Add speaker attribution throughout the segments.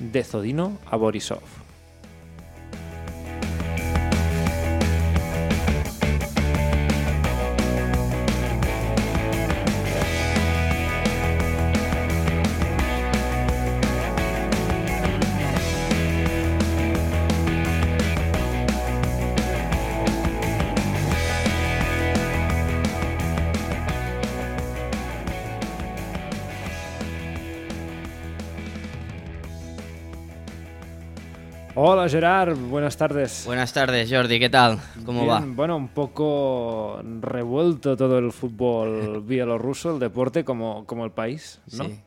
Speaker 1: de Zodino a Borisov. Hola Gerard, buenas tardes.
Speaker 2: Buenas tardes, Jordi, ¿qué tal? ¿Cómo
Speaker 1: Bien,
Speaker 2: va?
Speaker 1: Bueno, un poco revuelto todo el fútbol bielorruso, el deporte como, como el país, ¿no?
Speaker 2: Sí.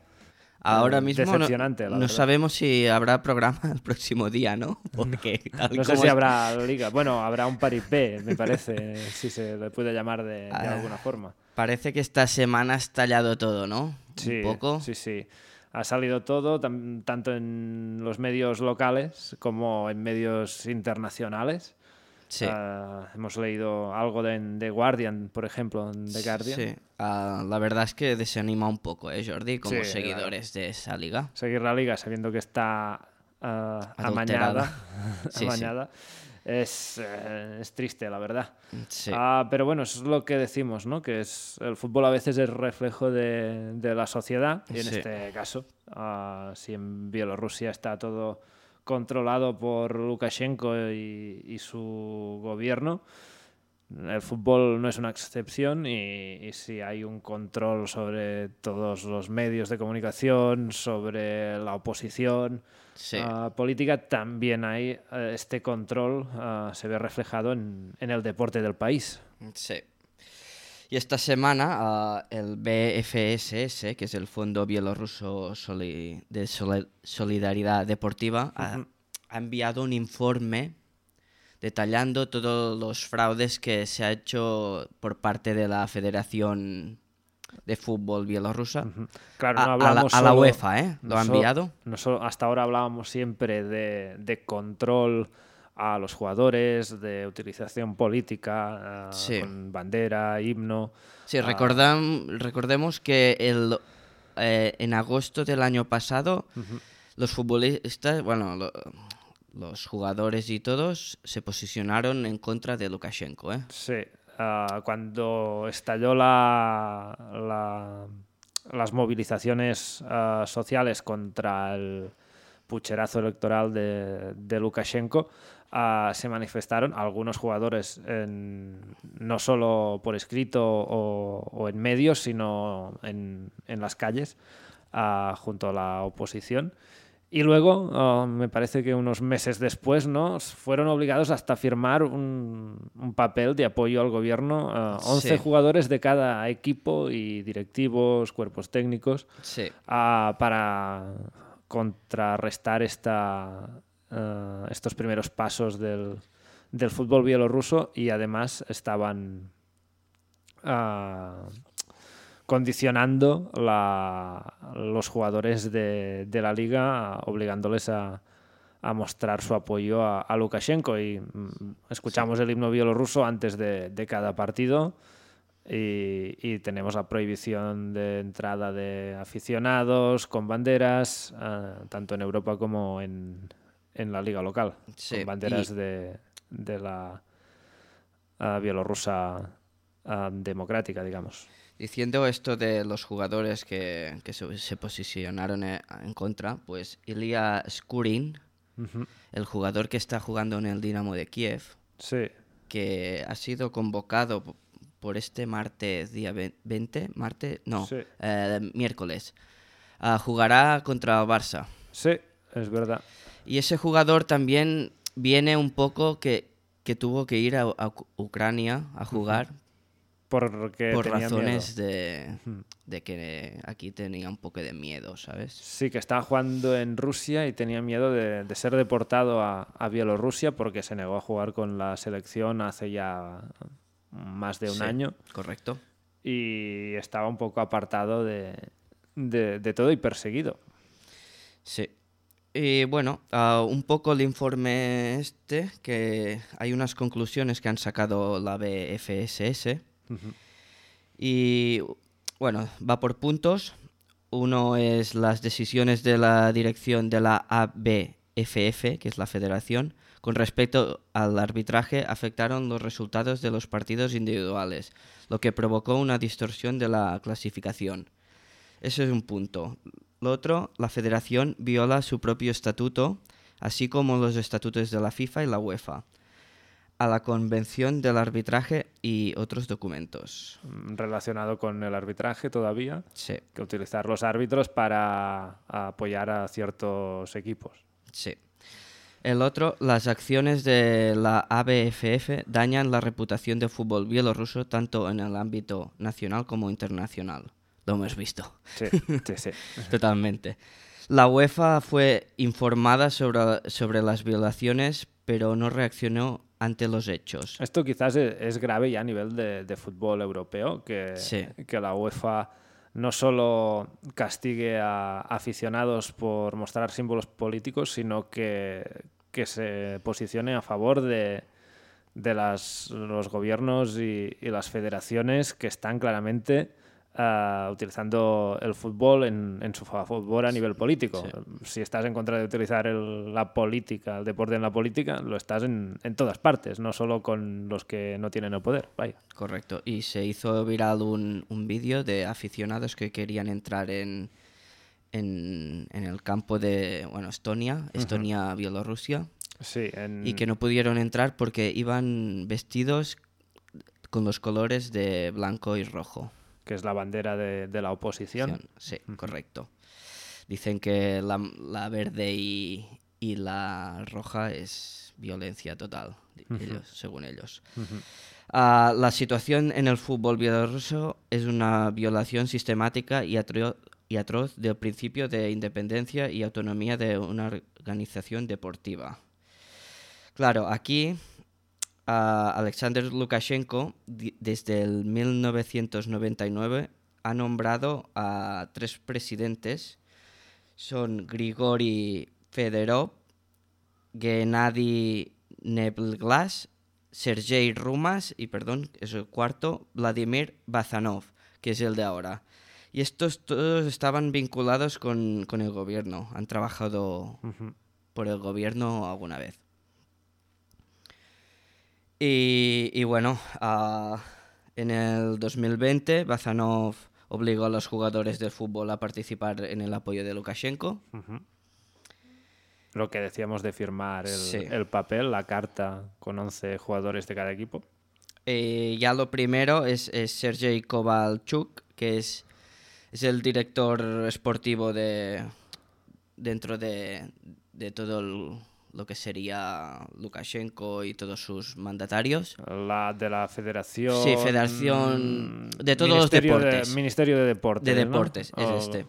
Speaker 2: Ahora mismo no,
Speaker 1: Decepcionante, la
Speaker 2: no
Speaker 1: verdad.
Speaker 2: sabemos si habrá programa el próximo día, ¿no? Porque tal
Speaker 1: No sé
Speaker 2: como
Speaker 1: si
Speaker 2: es-
Speaker 1: habrá liga. Bueno, habrá un paripé, me parece, si se le puede llamar de, de
Speaker 2: Ah,
Speaker 1: alguna forma.
Speaker 2: Parece que esta semana ha estallado todo, ¿no?
Speaker 1: Sí,
Speaker 2: Un poco.
Speaker 1: Sí, sí. Ha salido todo, tam- tanto en los medios locales como en medios internacionales.
Speaker 2: Sí.
Speaker 1: Ah, hemos leído algo de, en The Guardian, por ejemplo, en The Guardian.
Speaker 2: Sí. Ah, la verdad es que desanima un poco, ¿eh, Jordi? Como
Speaker 1: Sí,
Speaker 2: seguidores de esa liga.
Speaker 1: seguir la liga sabiendo que está ah,
Speaker 2: Adulterada.
Speaker 1: amañada,
Speaker 2: Sí, sí.
Speaker 1: amañada, Es, eh, es triste, la verdad.
Speaker 2: Sí.
Speaker 1: Ah, pero bueno, eso es lo que decimos, ¿no? Que es, el fútbol a veces es reflejo de, de la sociedad y en
Speaker 2: Sí.
Speaker 1: este caso, ah, si en Bielorrusia está todo controlado por Lukashenko y, y su gobierno, el fútbol no es una excepción y, y si hay un control sobre todos los medios de comunicación, sobre la oposición
Speaker 2: Sí.
Speaker 1: ah, política, también hay eh, este control, ah, se ve reflejado en, en el deporte del país.
Speaker 2: Sí. Y esta semana ah, el BFSS, que es el Fondo Bielorruso Soli- de Soli- Solidaridad Deportiva, ha- ha enviado un informe detallando todos los fraudes que se ha hecho por parte de la Federación de Fútbol Bielorrusa
Speaker 1: Claro,
Speaker 2: a,
Speaker 1: no
Speaker 2: a la,
Speaker 1: hablamos
Speaker 2: a la
Speaker 1: solo-
Speaker 2: UEFA, ¿eh? Lo
Speaker 1: no
Speaker 2: ha
Speaker 1: so-
Speaker 2: enviado.
Speaker 1: no solo- hasta ahora hablábamos siempre de, de control a los jugadores, de utilización política, ah,
Speaker 2: Sí.
Speaker 1: con bandera, himno.
Speaker 2: Sí,
Speaker 1: Ah.
Speaker 2: recordam- recordemos que el, eh, en agosto del año pasado los futbolistas, bueno, lo- los jugadores y todos se posicionaron en contra de Lukashenko, ¿eh?
Speaker 1: Sí, ah, cuando estalló la, la- las movilizaciones ah, sociales contra el pucherazo electoral de, de Lukashenko, ah, se manifestaron algunos jugadores en- no solo por escrito o, o en medios, sino en, en las calles ah, junto a la oposición. Y luego, ah, me parece que unos meses después, ¿no? fueron obligados hasta firmar un, un papel de apoyo al gobierno. ah, 11
Speaker 2: Sí.
Speaker 1: jugadores de cada equipo y directivos, cuerpos técnicos,
Speaker 2: Sí.
Speaker 1: ah, para contrarrestar esta, ah, estos primeros pasos del, del fútbol bielorruso y además estaban ah, condicionando la- los jugadores de, de la liga, ah, obligándoles a, a mostrar su apoyo a, a Lukashenko. Y mm, escuchamos el himno bielorruso antes de, de cada partido. Y, y tenemos la prohibición de entrada de aficionados con banderas, ah, tanto en Europa como en, en la liga local,
Speaker 2: Sí,
Speaker 1: con banderas de, de la ah, bielorrusa ah, democrática, digamos.
Speaker 2: Diciendo esto de los jugadores que, que se, se posicionaron eh, en contra, pues Ilya Skurin, el jugador que está jugando en el Dinamo de Kiev,
Speaker 1: Sí,
Speaker 2: que ha sido convocado p- por este martes, día ve- 20, martes, no,
Speaker 1: Sí.
Speaker 2: eh, miércoles, Ah, jugará contra el Barça.
Speaker 1: sí, es verdad.
Speaker 2: Y ese jugador también viene un poco que, que tuvo que ir a, a Uc- Ucrania a jugar
Speaker 1: Porque
Speaker 2: por
Speaker 1: tenía
Speaker 2: razones
Speaker 1: miedo.
Speaker 2: de, de que aquí tenía un poco de miedo, ¿sabes?
Speaker 1: Sí, que estaba jugando en Rusia y tenía miedo de, de ser deportado a, a Bielorrusia porque se negó a jugar con la selección hace ya más de un
Speaker 2: Sí,
Speaker 1: año
Speaker 2: Correcto.
Speaker 1: y estaba un poco apartado de, de- de todo y perseguido.
Speaker 2: Sí. Y bueno, ah, un poco el informe este, que hay unas conclusiones que han sacado la BFSS. Y bueno, va por puntos. Uno es las decisiones de la dirección de la ABFF, que es la federación, con respecto al arbitraje afectaron los resultados de los partidos individuales, lo que provocó una distorsión de la clasificación. Ese es un punto. Lo otro, la federación viola su propio estatuto, así como los estatutos de la FIFA y la UEFA, a la Convención del Arbitraje y otros documentos.
Speaker 1: Relacionado con el arbitraje todavía,
Speaker 2: Sí,
Speaker 1: que utilizar los árbitros para apoyar a ciertos equipos.
Speaker 2: sí. El otro, las acciones de la ABFF dañan la reputación del fútbol bielorruso tanto en el ámbito nacional como internacional. Lo hemos visto.
Speaker 1: Sí, sí, sí.
Speaker 2: Totalmente. La UEFA fue informada sobre, sobre las violaciones, pero no reaccionó ante los hechos.
Speaker 1: Esto quizás e- es grave ya a nivel de, de fútbol europeo, que,
Speaker 2: Sí.
Speaker 1: que la UEFA no solo castigue a aficionados por mostrar símbolos políticos, sino que, que se posicione a favor de, de las- los gobiernos y, y las federaciones que están claramente ah, utilizando el fútbol en, en su favor a nivel político. Si estás en contra de utilizar el- la política, el deporte en la política, lo estás en, en todas partes, no solo con los que no tienen el poder. Vaya.
Speaker 2: Correcto. Y se hizo viral un, un vídeo de aficionados que querían entrar en, en, en el campo de bueno, Estonia, Estonia-Bielorrusia,
Speaker 1: Sí, en-
Speaker 2: y que no pudieron entrar porque iban vestidos con los colores de blanco y rojo.
Speaker 1: que es la bandera de, de la oposición.
Speaker 2: Acción, Sí, correcto. Dicen que la, la verde y, y la roja es violencia total, di- ellos- según ellos. Ah, la situación en el fútbol bielorruso es una violación sistemática y, atro- y atroz del principio de independencia y autonomía de una organización deportiva. Claro, aquí a Alexander Lukashenko, di- desde el 1999, ha nombrado a tres presidentes. Son Grigori Federov, Gennady Nebelglas, Sergei Rumas y, perdón, es el cuarto, Vladimir Bazanov, que es el de ahora. Y estos todos estaban vinculados con, con el gobierno, han trabajado
Speaker 1: Ujú.
Speaker 2: por el gobierno alguna vez. Y, y bueno, ah, en el 2020 Bazanov obligó a los jugadores del fútbol a participar en el apoyo de Lukashenko.
Speaker 1: Lo que decíamos de firmar el,
Speaker 2: Sí.
Speaker 1: el papel, la carta con 11 jugadores de cada equipo.
Speaker 2: Eh, ya lo primero es, es Sergei Kovalchuk, que es, es el director esportivo de dentro de, de todo el- lo que sería Lukashenko y todos sus mandatarios.
Speaker 1: La de la federación.
Speaker 2: Sí, federación de todos los
Speaker 1: Ministerio de-
Speaker 2: deportes.
Speaker 1: Ministerio de Deportes.
Speaker 2: De
Speaker 1: ¿no?
Speaker 2: deportes, es
Speaker 1: O-
Speaker 2: este.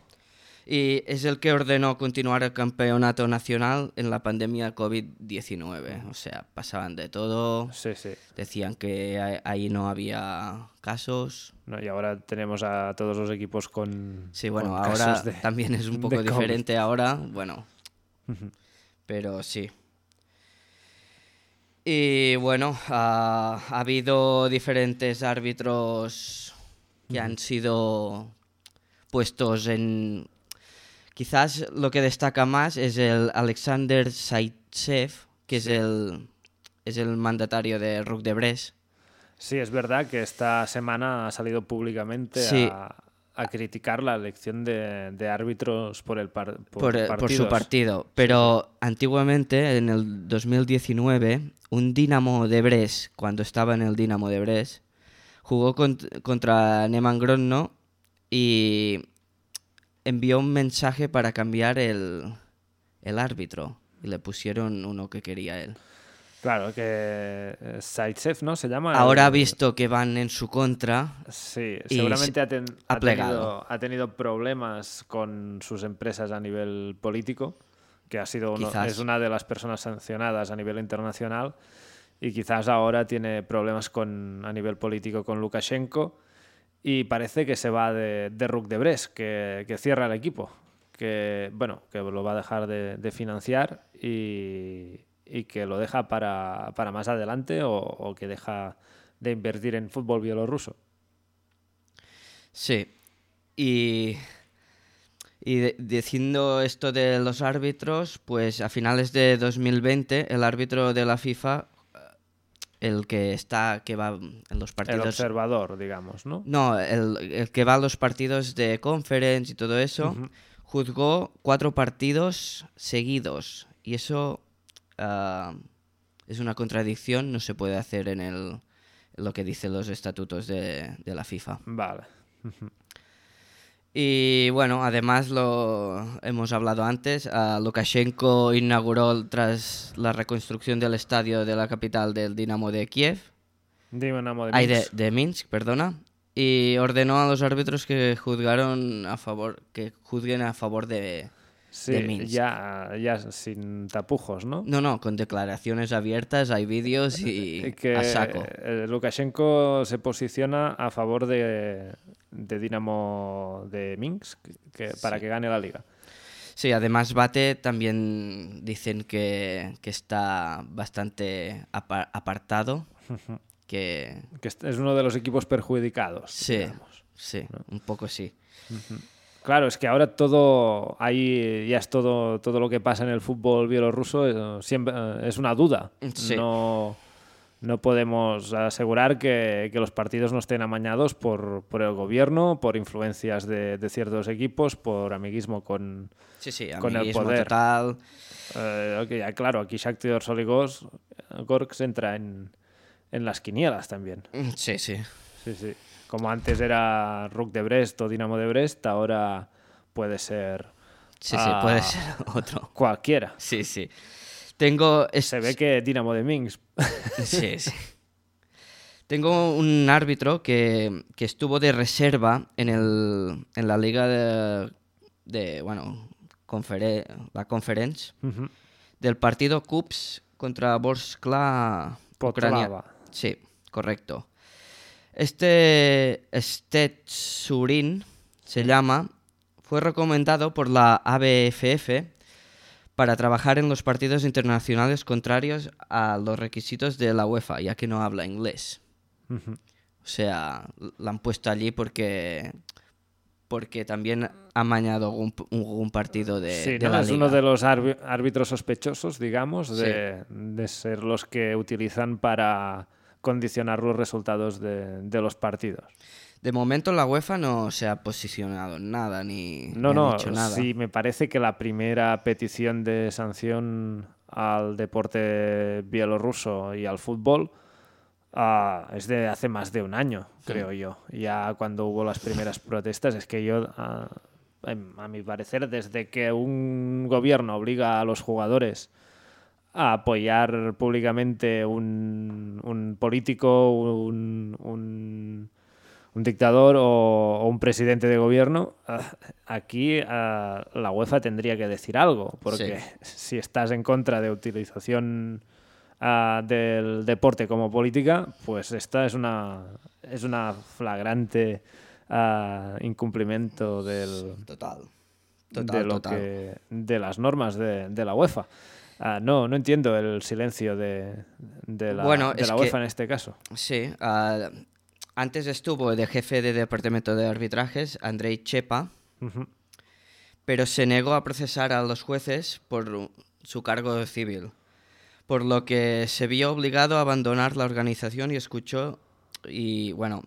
Speaker 2: Y es el que ordenó continuar el campeonato nacional en la pandemia COVID-19. O sea, pasaban de todo.
Speaker 1: Sí, sí.
Speaker 2: Decían que a- ahí no había casos.
Speaker 1: No, y ahora tenemos a todos los equipos con.
Speaker 2: Sí, bueno,
Speaker 1: con
Speaker 2: ahora
Speaker 1: casos de-
Speaker 2: también es un poco
Speaker 1: de COVID.
Speaker 2: diferente ahora, bueno. Pero sí. Y bueno, ah, ha habido diferentes árbitros que han sido puestos en... Quizás lo que destaca más es el Alexander Saitsev, que es el, es el mandatario de Rook de Brest.
Speaker 1: Sí, es verdad que esta semana ha salido públicamente
Speaker 2: Sí.
Speaker 1: a, a criticar la elección de, de árbitros por el par-
Speaker 2: por, eh, por
Speaker 1: partidos.
Speaker 2: su partido. Pero antiguamente, en el 2019, un Dinamo de Brest, cuando estaba en el Dinamo de Brest, jugó cont- contra Neman Grodno y envió un mensaje para cambiar el, el árbitro. Y le pusieron uno que quería él.
Speaker 1: Claro, que eh, Saitsev, ¿no? Se llama.
Speaker 2: Ahora ha
Speaker 1: El-
Speaker 2: visto que van en su contra.
Speaker 1: Sí,
Speaker 2: Y
Speaker 1: seguramente ha, ten-
Speaker 2: ha
Speaker 1: ha
Speaker 2: plegado.
Speaker 1: tenido, ha tenido problemas con sus empresas a nivel político, que ha sido uno-
Speaker 2: Quizás.
Speaker 1: es una de las personas sancionadas a nivel internacional y quizás ahora tiene problemas con, a nivel político con Lukashenko y parece que se va de, de Rook de Brest, que, que cierra el equipo, que bueno, que lo va a dejar de, de financiar y, y que lo deja para, para más adelante o- o que deja de invertir en fútbol bielorruso.
Speaker 2: Sí. Y Y de- diciendo esto de los árbitros, pues a finales de 2020 el árbitro de la FIFA, eh, el que está, que va en los
Speaker 1: El
Speaker 2: partidos...
Speaker 1: observador, digamos, ¿no?
Speaker 2: No, el, el que va a los partidos de conference y todo eso, juzgó cuatro partidos seguidos. Y eso ah, es una contradicción, no se puede hacer en el, lo que dicen los estatutos de, de la FIFA.
Speaker 1: Vale.
Speaker 2: Y bueno, además lo hemos hablado antes, ah, Lukashenko inauguró tras la reconstrucción del estadio de la capital del Dinamo de Kiev.
Speaker 1: Dinamo de
Speaker 2: Ay, de,
Speaker 1: Minsk.
Speaker 2: de Minsk, perdona. Y ordenó a los árbitros que juzgaron a favor, que juzguen a favor de...
Speaker 1: Sí,
Speaker 2: de Minsk.
Speaker 1: Ya, ya sin tapujos, ¿no?
Speaker 2: No, no, con declaraciones abiertas, hay vídeos y
Speaker 1: Eh, que
Speaker 2: a saco.
Speaker 1: eh, Lukashenko se posiciona a favor de, de Dinamo de Minsk que, para que gane la liga.
Speaker 2: Sí, además Bate también dicen que, que está bastante apa- apartado, que
Speaker 1: Que es- es uno de los equipos perjudicados.
Speaker 2: Sí.
Speaker 1: digamos.
Speaker 2: sí, un poco sí.
Speaker 1: Claro, es que ahora todo, ahí ya es todo, todo lo que pasa en el fútbol bielorruso eh, siempre eh, es una duda.
Speaker 2: Sí.
Speaker 1: No, no podemos asegurar que, que los partidos no estén amañados por, por el gobierno, por influencias de, de ciertos equipos, por amiguismo con...
Speaker 2: Sí, sí,
Speaker 1: Con el
Speaker 2: amiguismo
Speaker 1: poder.
Speaker 2: total.
Speaker 1: eh, ok, ya, claro, aquí Shakhtar Soligos, Gorks entra en, en las quinielas también.
Speaker 2: Mm, Sí, sí.
Speaker 1: Sí, sí. Como antes era Rook de Brest o Dinamo de Brest, ahora puede ser
Speaker 2: Sí, sí, puede
Speaker 1: Ah.
Speaker 2: ser otro.
Speaker 1: cualquiera.
Speaker 2: Sí, sí. Tengo... es-
Speaker 1: Se ve que Dinamo de Minsk.
Speaker 2: Sí, sí. Tengo un árbitro que, que estuvo de reserva en, el, en la liga de, de, bueno, confere- la conference
Speaker 1: Ujú.
Speaker 2: del partido Cups contra Borskla Ucrania.
Speaker 1: Poklava.
Speaker 2: Sí, correcto. Este Stetsurin se llama, fue recomendado por la ABFF para trabajar en los partidos internacionales contrarios a los requisitos de la UEFA, ya que no habla inglés.
Speaker 1: Ujú.
Speaker 2: O sea, la han puesto allí porque porque también ha mañado algún, algún partido de,
Speaker 1: sí,
Speaker 2: de
Speaker 1: ¿no?
Speaker 2: la
Speaker 1: es uno
Speaker 2: liga.
Speaker 1: de los arbi- árbitros sospechosos, digamos, de, de ser los que utilizan para condicionar los resultados de, de los partidos.
Speaker 2: De momento la UEFA no se ha posicionado en nada ni,
Speaker 1: No,
Speaker 2: ni ha
Speaker 1: no,
Speaker 2: dicho nada.
Speaker 1: sí, me parece que la primera petición de sanción al deporte bielorruso y al fútbol ah, es de hace más de un año, creo yo. Ya cuando hubo las primeras protestas, es que yo, ah, em, a mi parecer, desde que un gobierno obliga a los jugadores a apoyar públicamente un, un político, un, un- un dictador o, o un presidente de gobierno, ah, aquí ah, la UEFA tendría que decir algo, porque si estás en contra de utilización ah, del deporte como política, pues esta es una, es una flagrante ah, incumplimiento del,
Speaker 2: Total.
Speaker 1: de,
Speaker 2: Total,
Speaker 1: lo
Speaker 2: total.
Speaker 1: que- de las normas de, de la UEFA. Ah, no, no entiendo el silencio de, de la,
Speaker 2: Bueno,
Speaker 1: de
Speaker 2: es
Speaker 1: la
Speaker 2: que-
Speaker 1: UEFA en este caso.
Speaker 2: Sí. ah, antes estuvo de jefe de departamento de arbitrajes, Andrei Chepa,
Speaker 1: Ujú.
Speaker 2: pero se negó a procesar a los jueces por su cargo civil, por lo que se vio obligado a abandonar la organización y escuchó y bueno,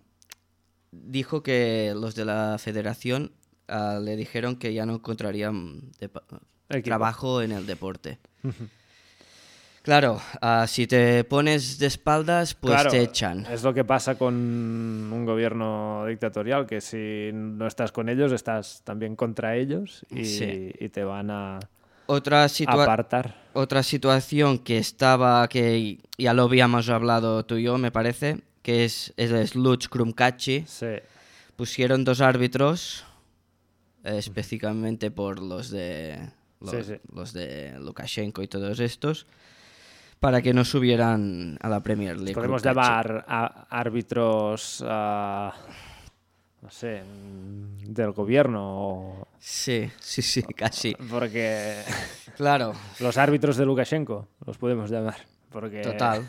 Speaker 2: dijo que los de la federación ah, le dijeron que ya no encontrarían depa-
Speaker 1: Equipo.
Speaker 2: trabajo en el deporte. Claro, ah, si te pones de espaldas, pues
Speaker 1: Claro,
Speaker 2: te echan.
Speaker 1: Es lo que pasa con un gobierno dictatorial, que si no estás con ellos, estás también contra ellos y,
Speaker 2: Sí.
Speaker 1: y te van a
Speaker 2: Otra situación
Speaker 1: apartar.
Speaker 2: Otra situación que estaba, que ya lo habíamos hablado tú y yo, me parece, que es el Sluch Krumkachi.
Speaker 1: Sí.
Speaker 2: Pusieron dos árbitros, eh, específicamente por los de, los,
Speaker 1: Sí, sí.
Speaker 2: los de Lukashenko y todos estos, para que no subieran a la Premier League.
Speaker 1: Podemos
Speaker 2: Krumkachi.
Speaker 1: llamar a árbitros, ah, no sé, mm, del gobierno, o-
Speaker 2: Sí, sí, sí, casi.
Speaker 1: porque
Speaker 2: Claro,
Speaker 1: Los árbitros de Lukashenko, los podemos llamar. Porque
Speaker 2: total.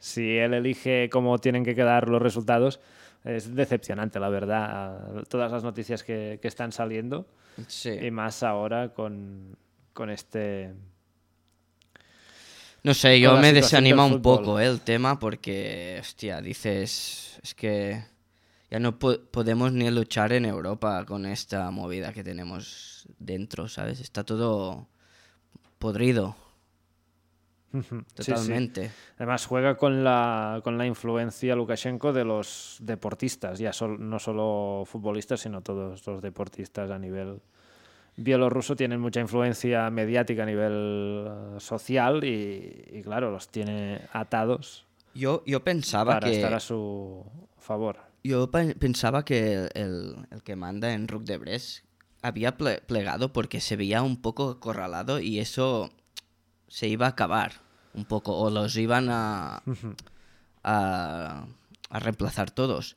Speaker 1: si él elige cómo tienen que quedar los resultados, es decepcionante, la verdad, todas las noticias que, que están saliendo.
Speaker 2: Sí.
Speaker 1: Y más ahora con, con este...
Speaker 2: No sé, yo
Speaker 1: con la
Speaker 2: me
Speaker 1: situación
Speaker 2: desanima
Speaker 1: del
Speaker 2: un
Speaker 1: fútbol.
Speaker 2: poco eh, el tema porque, hostia, dices, es que ya no po- podemos ni luchar en Europa con esta movida que tenemos dentro, ¿sabes? Está todo podrido
Speaker 1: Sí, sí.
Speaker 2: totalmente.
Speaker 1: Además juega con la, con la influencia Lukashenko de los deportistas, ya sol- no solo futbolistas, sino todos los deportistas a nivel bielorruso tienen mucha influencia mediática a nivel eh, social y, y, claro, los tiene atados
Speaker 2: Yo, yo pensaba
Speaker 1: para
Speaker 2: que...
Speaker 1: estar a su favor.
Speaker 2: Yo pe- pensaba que el, el que manda en Rook de Bres había ple- plegado porque se veía un poco acorralado y eso se iba a acabar un poco, o los iban a, a, a reemplazar todos.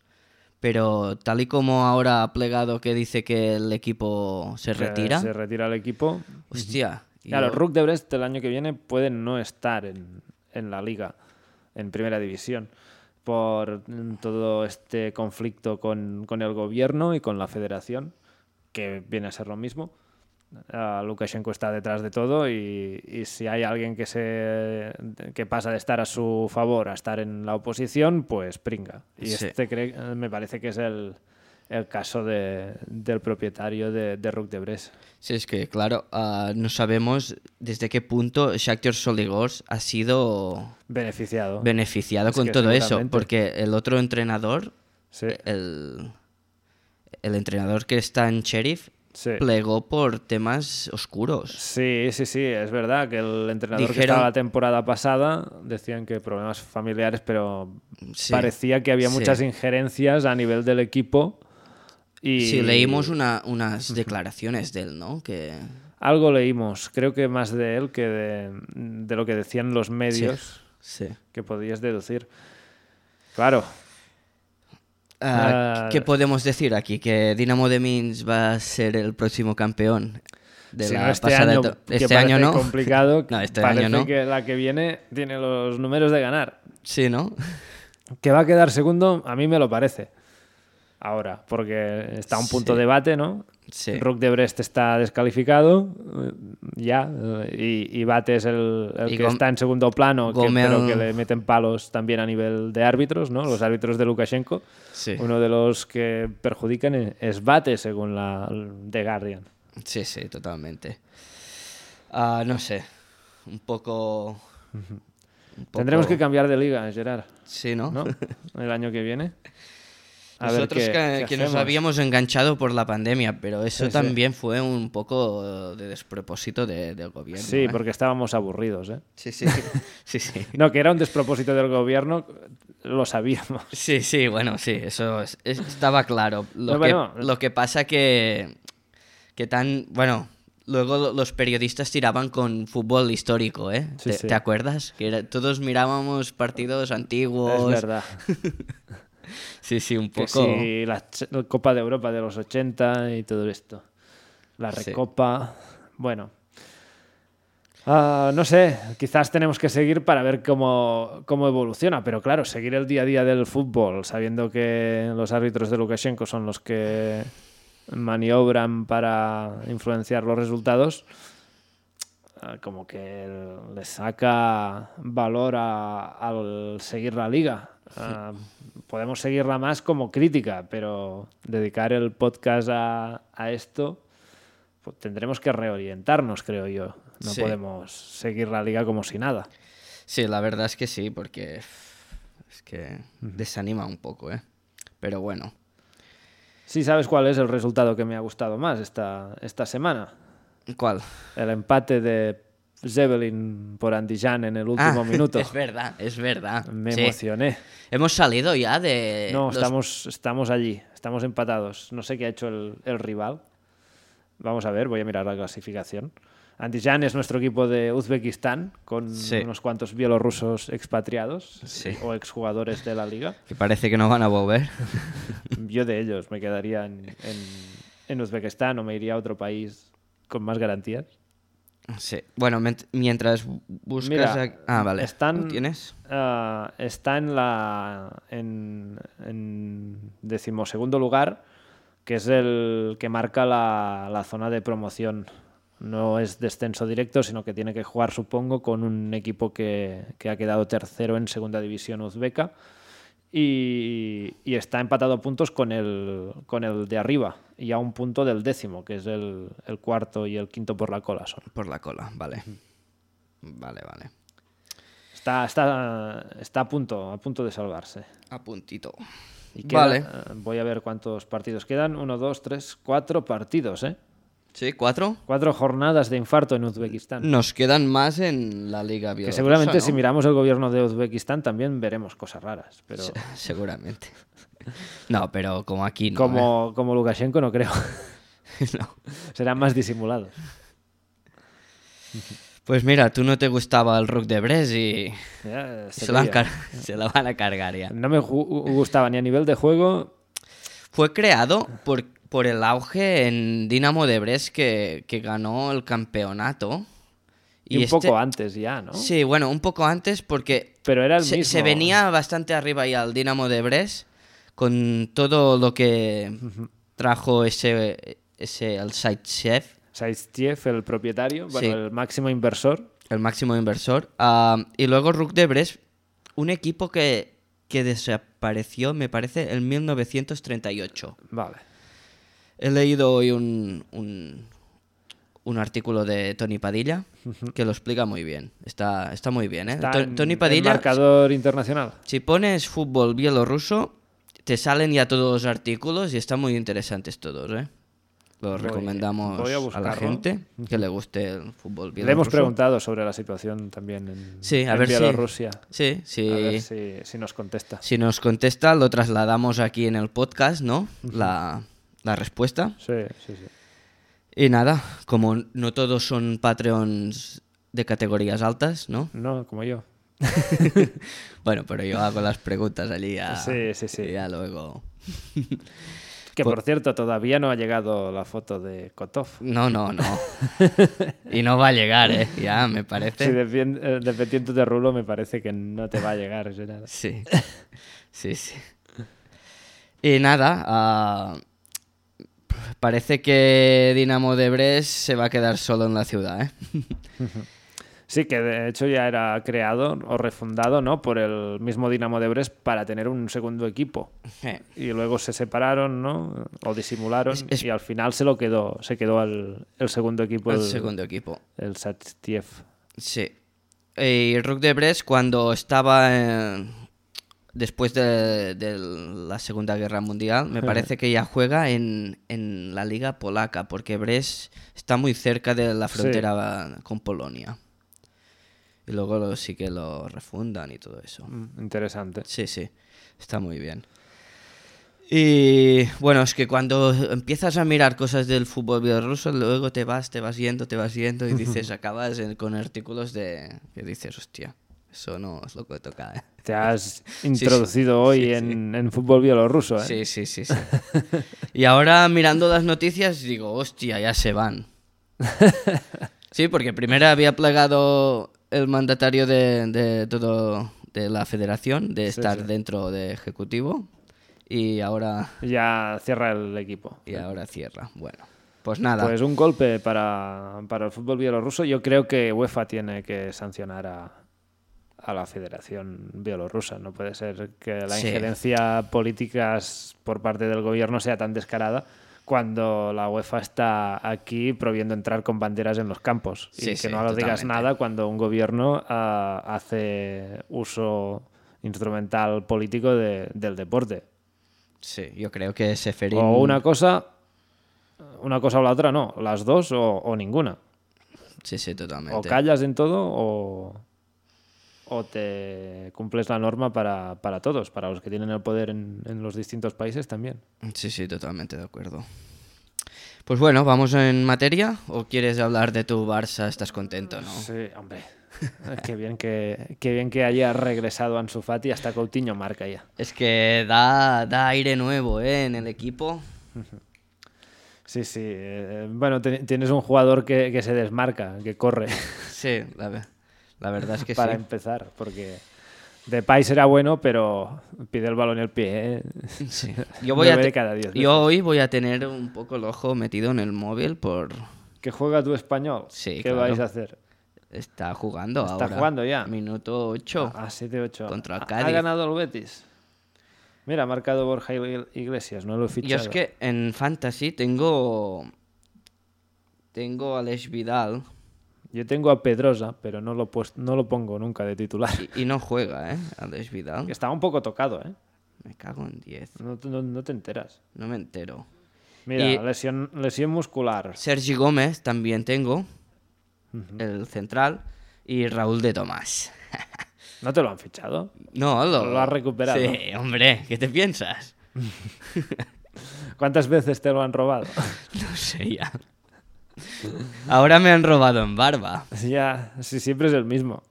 Speaker 2: Pero tal y como ahora ha plegado que dice que el equipo se
Speaker 1: Que
Speaker 2: retira,
Speaker 1: Eh, Se retira el equipo.
Speaker 2: hostia. y
Speaker 1: Claro,
Speaker 2: yo-
Speaker 1: Rook de Brest el año que viene puede no estar en, en la liga, en primera división, por mm, todo este conflicto con, con el gobierno y con la federación, que viene a ser lo mismo. Ah, Lukashenko está detrás de todo y, y si hay alguien que, se, que pasa de estar a su favor a estar en la oposición, pues pringa. Y
Speaker 2: Sí.
Speaker 1: este cre- eh, me parece que es el, el caso de- del propietario de, de Rook de Brest.
Speaker 2: Sí, es que, claro, ah, no sabemos desde qué punto Shakhtar Soligors ha sido
Speaker 1: Beneficiado.
Speaker 2: beneficiado
Speaker 1: Es
Speaker 2: con
Speaker 1: que
Speaker 2: todo eso,
Speaker 1: seguramente.
Speaker 2: porque el otro entrenador,
Speaker 1: Sí.
Speaker 2: el, el entrenador que está en Sheriff,
Speaker 1: Sí.
Speaker 2: plegó por temas oscuros.
Speaker 1: Sí, sí, sí, es verdad que el entrenador que
Speaker 2: Dijeron-
Speaker 1: estaba la temporada pasada decían que problemas familiares, pero
Speaker 2: Sí.
Speaker 1: parecía que había
Speaker 2: Sí.
Speaker 1: muchas injerencias a nivel del equipo. Y
Speaker 2: Sí, leímos una- unas declaraciones de él, ¿no? Que
Speaker 1: Algo leímos, creo que más de él que de, de lo que decían los medios
Speaker 2: sí.
Speaker 1: que podías deducir. Claro,
Speaker 2: Ah,
Speaker 1: Ah.
Speaker 2: ¿Qué podemos decir aquí? Que Dinamo de Minsk va a ser el próximo campeón de
Speaker 1: si
Speaker 2: la
Speaker 1: no este
Speaker 2: pasada
Speaker 1: año,
Speaker 2: eto-
Speaker 1: que
Speaker 2: este año
Speaker 1: parece
Speaker 2: no.
Speaker 1: complicado,
Speaker 2: No, este
Speaker 1: parece
Speaker 2: año no.
Speaker 1: que la que viene tiene los números de ganar.
Speaker 2: Sí, ¿no?
Speaker 1: Que va a quedar segundo, a mí me lo parece. Ahora, porque está un punto
Speaker 2: Sí.
Speaker 1: de debate, ¿no?
Speaker 2: Sí.
Speaker 1: Rook de Brest está descalificado, eh, ya, eh, y, y Bate es el, el
Speaker 2: Y
Speaker 1: que
Speaker 2: Gom-
Speaker 1: está en segundo plano, que,
Speaker 2: Gomel-
Speaker 1: pero que le meten palos también a nivel de árbitros, ¿no? Los árbitros de Lukashenko.
Speaker 2: Sí.
Speaker 1: Uno de los que perjudican es- es Bate, según la The Guardian.
Speaker 2: Sí, sí, totalmente. Ah, no sé. Un poco. un poco-
Speaker 1: Tendremos que cambiar de liga, Gerard,
Speaker 2: Sí, ¿no?
Speaker 1: ¿no? El año que viene. A ver
Speaker 2: Nosotros
Speaker 1: qué-
Speaker 2: que,
Speaker 1: qué
Speaker 2: que nos
Speaker 1: hacemos.
Speaker 2: habíamos enganchado por la pandemia, pero eso
Speaker 1: Sí, sí.
Speaker 2: también fue un poco de despropósito de- del gobierno.
Speaker 1: Sí,
Speaker 2: ¿eh?
Speaker 1: porque estábamos aburridos, ¿eh?
Speaker 2: Sí, sí. sí, sí.
Speaker 1: No, que era un despropósito del gobierno, lo sabíamos.
Speaker 2: Sí, sí, bueno, sí, eso es- es- estaba claro. Lo,
Speaker 1: No,
Speaker 2: que,
Speaker 1: bueno.
Speaker 2: lo que pasa que, que tan... Bueno, luego lo- los periodistas tiraban con fútbol histórico, ¿eh?
Speaker 1: Sí,
Speaker 2: ¿Te,
Speaker 1: sí.
Speaker 2: te acuerdas? Que era- todos mirábamos partidos antiguos.
Speaker 1: Es verdad.
Speaker 2: Sí, sí, un
Speaker 1: Que
Speaker 2: Pues, poco.
Speaker 1: si la, ch- la Copa de Europa de los 80 y todo esto. La
Speaker 2: Sí.
Speaker 1: Recopa. Bueno. Ah, no sé, quizás tenemos que seguir para ver cómo, cómo evoluciona, pero claro, seguir el día a día del fútbol, sabiendo que los árbitros de Lukashenko son los que maniobran para influenciar los resultados, ah, como que le saca valor a- al seguir la liga. Ah, podemos seguirla más como crítica, pero dedicar el podcast a, a esto, pues tendremos que reorientarnos, creo yo. No
Speaker 2: Sí.
Speaker 1: podemos seguir la liga como si nada.
Speaker 2: Sí, la verdad es que sí, porque es que desanima un poco, ¿eh? Pero bueno.
Speaker 1: Sí, ¿sabes cuál es el resultado que me ha gustado más esta, esta semana?
Speaker 2: ¿Cuál?
Speaker 1: El empate de Zeppelin por Andijan en el último
Speaker 2: Ah,
Speaker 1: minuto.
Speaker 2: Es verdad, es verdad.
Speaker 1: Me
Speaker 2: Sí.
Speaker 1: emocioné.
Speaker 2: Hemos salido ya de...
Speaker 1: No,
Speaker 2: Eh, los-
Speaker 1: estamos, estamos allí, estamos empatados. No sé qué ha hecho el, el rival. Vamos a ver, voy a mirar la clasificación. Andijan es nuestro equipo de Uzbekistán, con
Speaker 2: Sí.
Speaker 1: unos cuantos bielorrusos expatriados
Speaker 2: Sí.
Speaker 1: o exjugadores de la liga.
Speaker 2: Que parece que no van a volver.
Speaker 1: Yo de ellos me quedaría en, en- en Uzbekistán o me iría a otro país con más garantías.
Speaker 2: Sí. Bueno, mientras buscas.
Speaker 1: Mira,
Speaker 2: a- Ah, vale.
Speaker 1: están-
Speaker 2: ¿Lo tienes?
Speaker 1: Ah, está en la en, en decimosegundo lugar, que es el que marca la, la zona de promoción. No es descenso directo, sino que tiene que jugar, supongo, con un equipo que, que ha quedado tercero en segunda división uzbeca y, y está empatado a puntos con el, con el de arriba y a un punto del décimo, que es el, el cuarto y el quinto por la cola son.
Speaker 2: Por la cola, vale. Vale, vale.
Speaker 1: Está, está, está a punto, a punto de salvarse.
Speaker 2: A puntito.
Speaker 1: Y queda-
Speaker 2: vale.
Speaker 1: eh, voy a ver cuántos partidos quedan. Uno, dos, tres, cuatro partidos, ¿eh?
Speaker 2: Sí, cuatro.
Speaker 1: Cuatro jornadas de infarto en Uzbekistán.
Speaker 2: Nos quedan más en la Liga Bielorrusa.
Speaker 1: que seguramente
Speaker 2: Mm. ¿no?
Speaker 1: si miramos el gobierno de Uzbekistán también veremos cosas raras. Pero
Speaker 2: Se- Seguramente. No, pero como aquí no.
Speaker 1: como, como Lukashenko no creo.
Speaker 2: ¿eh? No.
Speaker 1: Serán más disimulados.
Speaker 2: Pues mira, tú no te gustaba el Rook de Bres y
Speaker 1: Ya, eh,
Speaker 2: se lo, han
Speaker 1: Sevilla.
Speaker 2: car- se lo van a cargar ya.
Speaker 1: No me ju- gustaba ni a nivel de juego.
Speaker 2: Fue creado por, por el auge en Dinamo de Bres que, que ganó el campeonato.
Speaker 1: Y, un
Speaker 2: este-
Speaker 1: poco antes ya, ¿no?
Speaker 2: Sí, bueno, un poco antes porque
Speaker 1: Pero era el
Speaker 2: se,
Speaker 1: mismo.
Speaker 2: se venía bastante arriba ya al Dinamo de Brest con todo lo que trajo ese, ese el site chef,
Speaker 1: Saistiev, el propietario, bueno,
Speaker 2: Sí.
Speaker 1: el máximo inversor.
Speaker 2: el máximo inversor. Ah, y luego Rook de Brest, un equipo que, que desapareció, me parece, en 1938.
Speaker 1: Vale.
Speaker 2: He leído hoy un, un, un artículo de Tony Padilla que lo explica muy bien. Está, está muy bien, ¿eh?
Speaker 1: Está
Speaker 2: To-
Speaker 1: en-
Speaker 2: Tony
Speaker 1: en
Speaker 2: Padilla,
Speaker 1: Marcador internacional.
Speaker 2: Si pones fútbol bielorruso, te salen ya todos los artículos y están muy interesantes todos, ¿eh? Los
Speaker 1: Voy-
Speaker 2: recomendamos
Speaker 1: voy a
Speaker 2: a,
Speaker 1: buscarlo.
Speaker 2: la gente que le guste el fútbol bielorruso.
Speaker 1: Le hemos preguntado sobre la situación también en,
Speaker 2: Sí, a
Speaker 1: en
Speaker 2: ver si-
Speaker 1: Bielorrusia.
Speaker 2: Sí, sí.
Speaker 1: A ver si, si nos contesta.
Speaker 2: Si nos contesta, lo trasladamos aquí en el podcast, ¿no? La, la respuesta.
Speaker 1: Sí, sí, sí.
Speaker 2: Y nada, como no todos son Patreons de categorías altas, ¿no?
Speaker 1: No, como yo.
Speaker 2: Bueno, pero yo hago las preguntas allí a-
Speaker 1: Sí, sí, sí.
Speaker 2: y ya luego.
Speaker 1: Que
Speaker 2: Pues
Speaker 1: por cierto, todavía no ha llegado la foto de Kotov.
Speaker 2: No, no, no. y no va a llegar, ¿eh? Ya, me parece.
Speaker 1: Si depien- eh, dependiendo de Rulo, me parece que no te va a llegar, Gerard.
Speaker 2: Sí, sí, sí. Y nada, ah, parece que Dinamo de Brest se va a quedar solo en la ciudad, ¿eh?
Speaker 1: Sí, que de hecho ya era creado o refundado ¿no? por el mismo Dinamo de Brest para tener un segundo equipo.
Speaker 2: ¿eh?
Speaker 1: Y luego se separaron, ¿no? O disimularon.
Speaker 2: Es- es-
Speaker 1: Y al final se lo quedó. Se quedó al, el segundo equipo, el,
Speaker 2: el segundo equipo.
Speaker 1: el Sachtiev.
Speaker 2: Sí. Eh, Y Rook de Brest, cuando estaba en- después de, de la Segunda Guerra Mundial, me parece que ya juega en, en la Liga Polaca, porque Brest está muy cerca de la
Speaker 1: Sí.
Speaker 2: frontera con Polonia. Y luego lo- sí que lo refundan y todo eso.
Speaker 1: Mm, Interesante.
Speaker 2: Sí, sí, está muy bien. Y bueno, es que cuando empiezas a mirar cosas del fútbol bielorruso, luego te vas, te vas yendo, te vas yendo y dices, acabas en- con artículos de que dices, hostia, eso no es lo que toca. ¿eh?".
Speaker 1: Te has
Speaker 2: sí.
Speaker 1: introducido hoy
Speaker 2: Sí, sí.
Speaker 1: En, en fútbol bielorruso, ¿eh?
Speaker 2: Sí, sí, sí, sí. Y ahora mirando las noticias digo, hostia, ya se van. Sí, porque primero había plegado el mandatario de, de todo de la federación de
Speaker 1: Sí,
Speaker 2: estar
Speaker 1: sí.
Speaker 2: dentro de ejecutivo y ahora
Speaker 1: Ya cierra el equipo.
Speaker 2: y ahora cierra. Bueno, pues nada.
Speaker 1: Pues un golpe para, para el fútbol bielorruso. Yo creo que UEFA tiene que sancionar a, a la Federación Bielorrusa. No puede ser que la
Speaker 2: Sí.
Speaker 1: injerencia política s- por parte del gobierno sea tan descarada cuando la UEFA está aquí prohibiendo entrar con banderas en los campos. y
Speaker 2: Sí,
Speaker 1: que
Speaker 2: sí,
Speaker 1: no lo digas
Speaker 2: totalmente.
Speaker 1: nada cuando un gobierno ah, hace uso instrumental político de- del deporte.
Speaker 2: sí, yo creo que Seferin
Speaker 1: O una cosa, una cosa o la otra, no. Las dos o, o ninguna.
Speaker 2: Sí, sí, totalmente.
Speaker 1: O callas en todo o, o te cumples la norma para, para todos, para los que tienen el poder en, en los distintos países también.
Speaker 2: Sí, sí, totalmente de acuerdo. Pues bueno, vamos en materia o quieres hablar de tu Barça, estás contento, ¿no?
Speaker 1: Sí, hombre. qué, bien que, qué bien que haya regresado Ansu Fati hasta Coutinho marca ya.
Speaker 2: Es que da, da aire nuevo ¿eh? en el equipo.
Speaker 1: Sí, sí. Eh, bueno, te- tienes un jugador que, que se desmarca, que corre,
Speaker 2: Sí, la, ve- la verdad es que
Speaker 1: para
Speaker 2: sí.
Speaker 1: empezar, porque Depay será bueno, pero pide el balón y el pie. ¿eh?
Speaker 2: Sí. Yo, voy a
Speaker 1: Nueve
Speaker 2: te-
Speaker 1: de cada diez veces.
Speaker 2: yo hoy voy a tener un poco el ojo metido en el móvil por...
Speaker 1: ¿Que juega tu español?
Speaker 2: Sí,
Speaker 1: ¿Qué
Speaker 2: claro.
Speaker 1: vais a hacer?
Speaker 2: Está jugando
Speaker 1: Está
Speaker 2: ahora.
Speaker 1: jugando ya. Ah,
Speaker 2: Minuto 8.
Speaker 1: A 7-8.
Speaker 2: Contra el
Speaker 1: Ha- Ha
Speaker 2: Cádiz.
Speaker 1: ganado el Betis. Mira, ha marcado Borja Igle- Iglesias, no lo he fichado.
Speaker 2: Yo es que en Fantasy tengo... Tengo a Alex Vidal
Speaker 1: Yo tengo a Pedrosa, pero no lo, pues- no lo pongo nunca de titular.
Speaker 2: y, y no juega, ¿eh? Alex Vidal.
Speaker 1: Estaba un poco tocado, ¿eh?
Speaker 2: Me cago en 10.
Speaker 1: No, no- no te enteras.
Speaker 2: No me entero.
Speaker 1: Mira,
Speaker 2: Y-
Speaker 1: lesión, lesión muscular.
Speaker 2: Sergi Gómez también tengo. El central. Y Raúl de Tomás.
Speaker 1: ¿No te lo han fichado?
Speaker 2: No, lo,
Speaker 1: Lo has recuperado.
Speaker 2: Sí, hombre, ¿qué te piensas?
Speaker 1: ¿Cuántas veces te lo han robado?
Speaker 2: No sé ya. Ahora me han robado en barba.
Speaker 1: ya, si siempre es el mismo.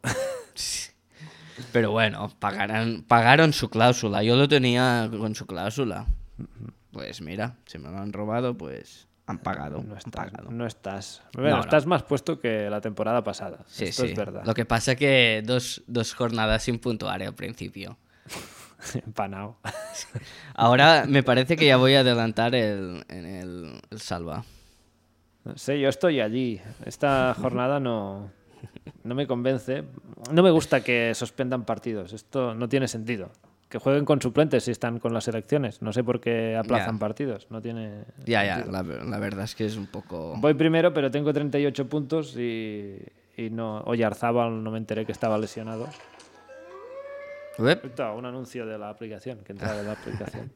Speaker 2: Pero bueno, pagarán, pagaron su cláusula. Yo lo tenía con su cláusula. Pues mira, si me lo han robado, pues han pagado.
Speaker 1: No
Speaker 2: han
Speaker 1: estás.
Speaker 2: pagado.
Speaker 1: No estás. Bueno,
Speaker 2: no.
Speaker 1: estás más puesto que la temporada pasada.
Speaker 2: Sí,
Speaker 1: Esto
Speaker 2: sí.
Speaker 1: es verdad.
Speaker 2: Lo que pasa que dos, dos jornadas sin puntuar al principio.
Speaker 1: Empanado.
Speaker 2: Ahora me parece que ya voy a adelantar el, en el, el salva.
Speaker 1: No sé, yo estoy allí. Esta jornada no, no me convence. No me gusta que suspendan partidos. Esto no tiene sentido. Que jueguen con suplentes si están con las selecciones. No sé por qué aplazan
Speaker 2: Ya.
Speaker 1: partidos. No tiene.
Speaker 2: Ya, ya, la, ver- la verdad es que es un poco...
Speaker 1: Voy primero, pero tengo 38 puntos y, y no. Oye, Arzábal no me enteré que estaba lesionado.
Speaker 2: Uep.
Speaker 1: Ahorita, un anuncio de la aplicación, que entra de la aplicación.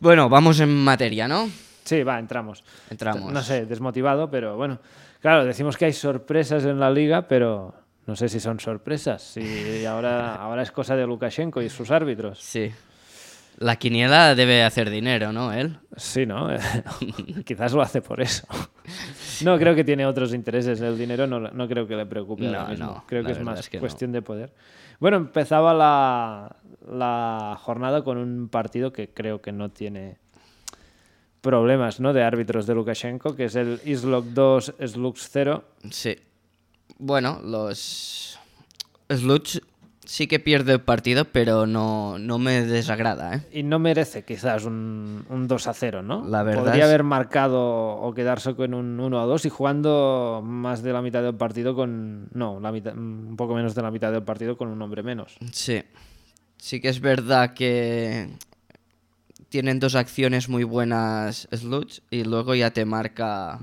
Speaker 2: Bueno, vamos en materia, ¿no?
Speaker 1: Sí, va, entramos.
Speaker 2: Entramos.
Speaker 1: No sé, desmotivado, pero bueno. Claro, decimos que hay sorpresas en la liga, pero no sé si son sorpresas. Si ahora, ahora es cosa de Lukashenko y sus árbitros.
Speaker 2: Sí. La quiniela debe hacer dinero, ¿no? Él.
Speaker 1: Sí, ¿no? Quizás lo hace por eso. No, creo que tiene otros intereses. El dinero no, no creo que le preocupe. ahora
Speaker 2: No,
Speaker 1: mismo.
Speaker 2: no,
Speaker 1: creo
Speaker 2: la
Speaker 1: que es
Speaker 2: verdad
Speaker 1: más
Speaker 2: es que no.
Speaker 1: cuestión de poder. Bueno, empezaba la, la jornada con un partido que creo que no tiene problemas ¿no? de árbitros de Lukashenko, que es el Islok 2, Slux 0.
Speaker 2: Sí. Bueno, los Sluts sí que pierde el partido, pero no, no me desagrada, ¿eh?
Speaker 1: Y no merece quizás un, un 2 a 0, ¿no?
Speaker 2: La verdad
Speaker 1: Podría
Speaker 2: es-
Speaker 1: haber marcado o quedarse con un 1 a 2 y jugando más de la mitad del partido con. No, la mitad, un poco menos de la mitad del partido con un hombre menos.
Speaker 2: Sí. Sí que es verdad que tienen dos acciones muy buenas Sluts y luego ya te marca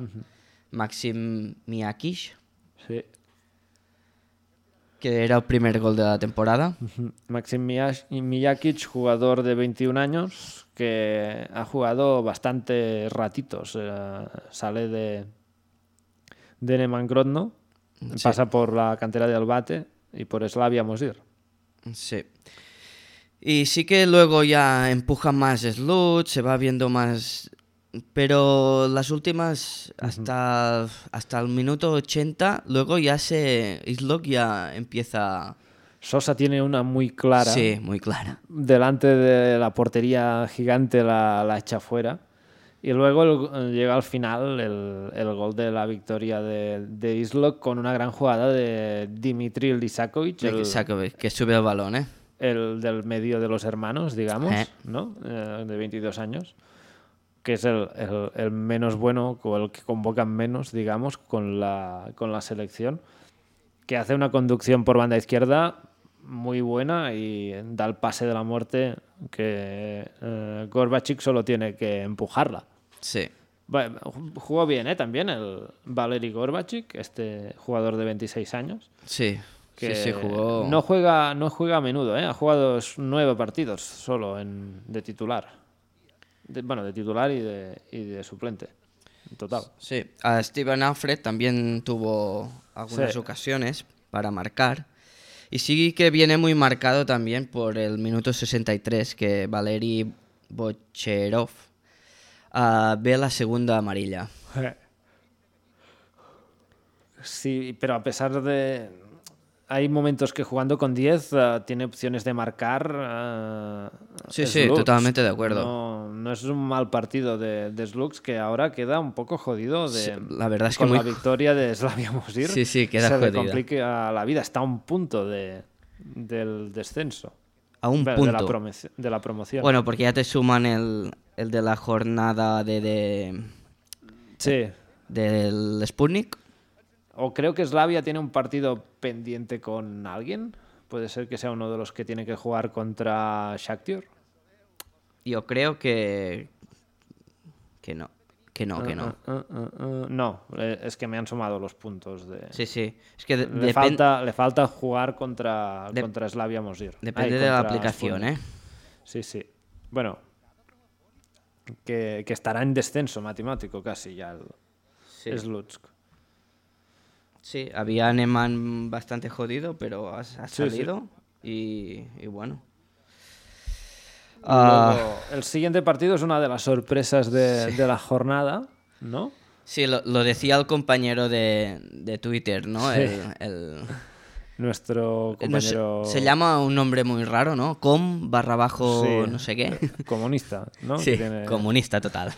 Speaker 2: Maxim Miakish,
Speaker 1: Sí.
Speaker 2: que era el primer gol de la temporada.
Speaker 1: Maxim Mias- Mijakic, jugador de 21 años, que ha jugado bastante ratitos. eh, sale de, de Neman Grodno, pasa por la cantera de Albate y por Slavia Mosir.
Speaker 2: Sí. Y sí que luego ya empuja más Slut, se va viendo más... Pero las últimas, hasta, hasta el minuto 80, luego ya se... Islock ya empieza...
Speaker 1: Sosa tiene una muy clara.
Speaker 2: Sí, muy clara.
Speaker 1: delante de la portería gigante la, la echa fuera. Y luego el- llega al final el, el gol de la victoria de, de Islok con una gran jugada de Dimitri Lisakovic, el,
Speaker 2: Isakovic, que sube el balón, ¿eh?
Speaker 1: el del medio de los hermanos, digamos,
Speaker 2: Eh.
Speaker 1: ¿no? Eh, de 22 años, que es el, el- el menos bueno o el que convocan menos, digamos, con la, con la selección, que hace una conducción por banda izquierda muy buena y da el pase de la muerte que eh, Gorbachik solo tiene que empujarla.
Speaker 2: Sí.
Speaker 1: Bueno, ju- jugó bien, ¿eh? También el Valery Gorbachik, este jugador de 26 años
Speaker 2: Sí.
Speaker 1: que
Speaker 2: Sí, sí, jugó...
Speaker 1: no juega no juega a menudo ¿eh? ha jugado s- nueve partidos solo en- de titular De- bueno de titular y de, y de suplente en total
Speaker 2: Sí, a Steven Alfred también tuvo algunas
Speaker 1: Sí.
Speaker 2: ocasiones para marcar. Y sí que viene muy marcado también por el minuto 63 que Valery Bocherov ah, ve la segunda amarilla.
Speaker 1: sí pero a pesar de hay momentos que jugando con 10 uh, tiene opciones de marcar. Uh,
Speaker 2: sí, sí, slugs. totalmente de acuerdo.
Speaker 1: No, no, es un mal partido de, de Slugs que ahora queda un poco jodido de, sí,
Speaker 2: la verdad es
Speaker 1: con
Speaker 2: que muy...
Speaker 1: la victoria de Slavia Mosir.
Speaker 2: Sí, sí, queda se
Speaker 1: le complica la vida, está a un punto de, del descenso.
Speaker 2: A un bueno, punto.
Speaker 1: De la, promoción, de la promoción.
Speaker 2: Bueno, porque ya te suman el, el de la jornada de... de...
Speaker 1: Sí.
Speaker 2: Del Sputnik
Speaker 1: o creo que Slavia tiene un partido pendiente con alguien. Puede ser que sea uno de los que tiene que jugar contra Shakhtar.
Speaker 2: Yo creo que que no, que no, que no.
Speaker 1: Uh, uh, uh, no, es que me han sumado los puntos de.
Speaker 2: Sí, sí. Es que
Speaker 1: le falta le falta jugar contra de... contra Slavia Mosir.
Speaker 2: Depende Ay, de la aplicación, Spund. ¿eh?
Speaker 1: Sí, sí. Bueno, que, que, estará en descenso matemático casi ya el sí. Slutsk.
Speaker 2: Sí, había Neman bastante jodido, pero ha, ha salido sí, sí. Y, y, bueno. Ah.
Speaker 1: Luego, uh, el siguiente partido es una de las sorpresas de, sí. de la jornada, ¿no?
Speaker 2: Sí, lo, lo decía el compañero de, de Twitter, ¿no? El, el...
Speaker 1: Nuestro compañero...
Speaker 2: No sé, se llama un nombre muy raro, ¿no? Com barra bajo no sé qué.
Speaker 1: Comunista, ¿no?
Speaker 2: Sí, tiene... comunista total.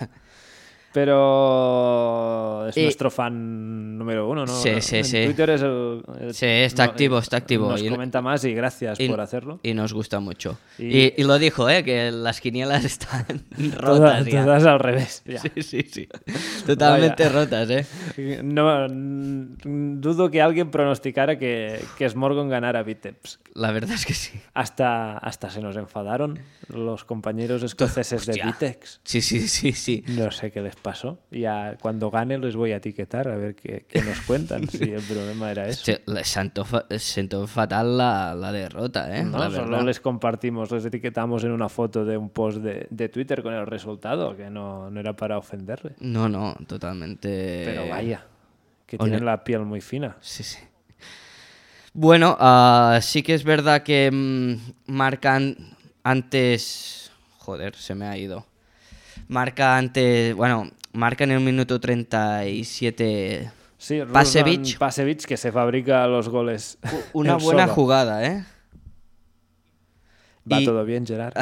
Speaker 1: Pero es y... nuestro fan número uno, ¿no?
Speaker 2: Eh, Sí, sí,
Speaker 1: en
Speaker 2: sí.
Speaker 1: Twitter es el, el
Speaker 2: sí, está no, activo, está activo.
Speaker 1: Nos y... comenta más y gracias y, por hacerlo.
Speaker 2: Y nos gusta mucho. Y, lo dijo, ¿eh? Que las quinielas están rotas.
Speaker 1: Todas,
Speaker 2: ya.
Speaker 1: todas al revés. Ya.
Speaker 2: Sí, sí, sí. Totalmente rotas, ¿eh?
Speaker 1: No, dudo que alguien pronosticara que, que Smorgon ganara Viteps.
Speaker 2: La verdad es que sí.
Speaker 1: Hasta, hasta se nos enfadaron los compañeros escoceses Hostia. de Vitex.
Speaker 2: Sí, sí, sí, sí.
Speaker 1: No sé qué les pasó. Ya cuando gane les voy a etiquetar a ver qué, qué nos cuentan, si el problema era eso.
Speaker 2: Se, les sentó, sentó fatal la, la, derrota, ¿eh?
Speaker 1: No,
Speaker 2: la
Speaker 1: solo les compartimos, les etiquetamos en una foto de un post de, de Twitter con el resultado, que no, no, era para ofenderle.
Speaker 2: No, no, totalmente.
Speaker 1: Pero vaya, que Oye. tienen la piel muy fina.
Speaker 2: Sí, sí. Bueno, uh, sí que es verdad que mmm, marcan antes... Joder, se me ha ido marca antes, bueno, marca en el minuto 37
Speaker 1: sí, Pasevich. Pasevich que se fabrica los goles.
Speaker 2: Una buena solo. jugada, ¿eh?
Speaker 1: Va y... todo bien, Gerard.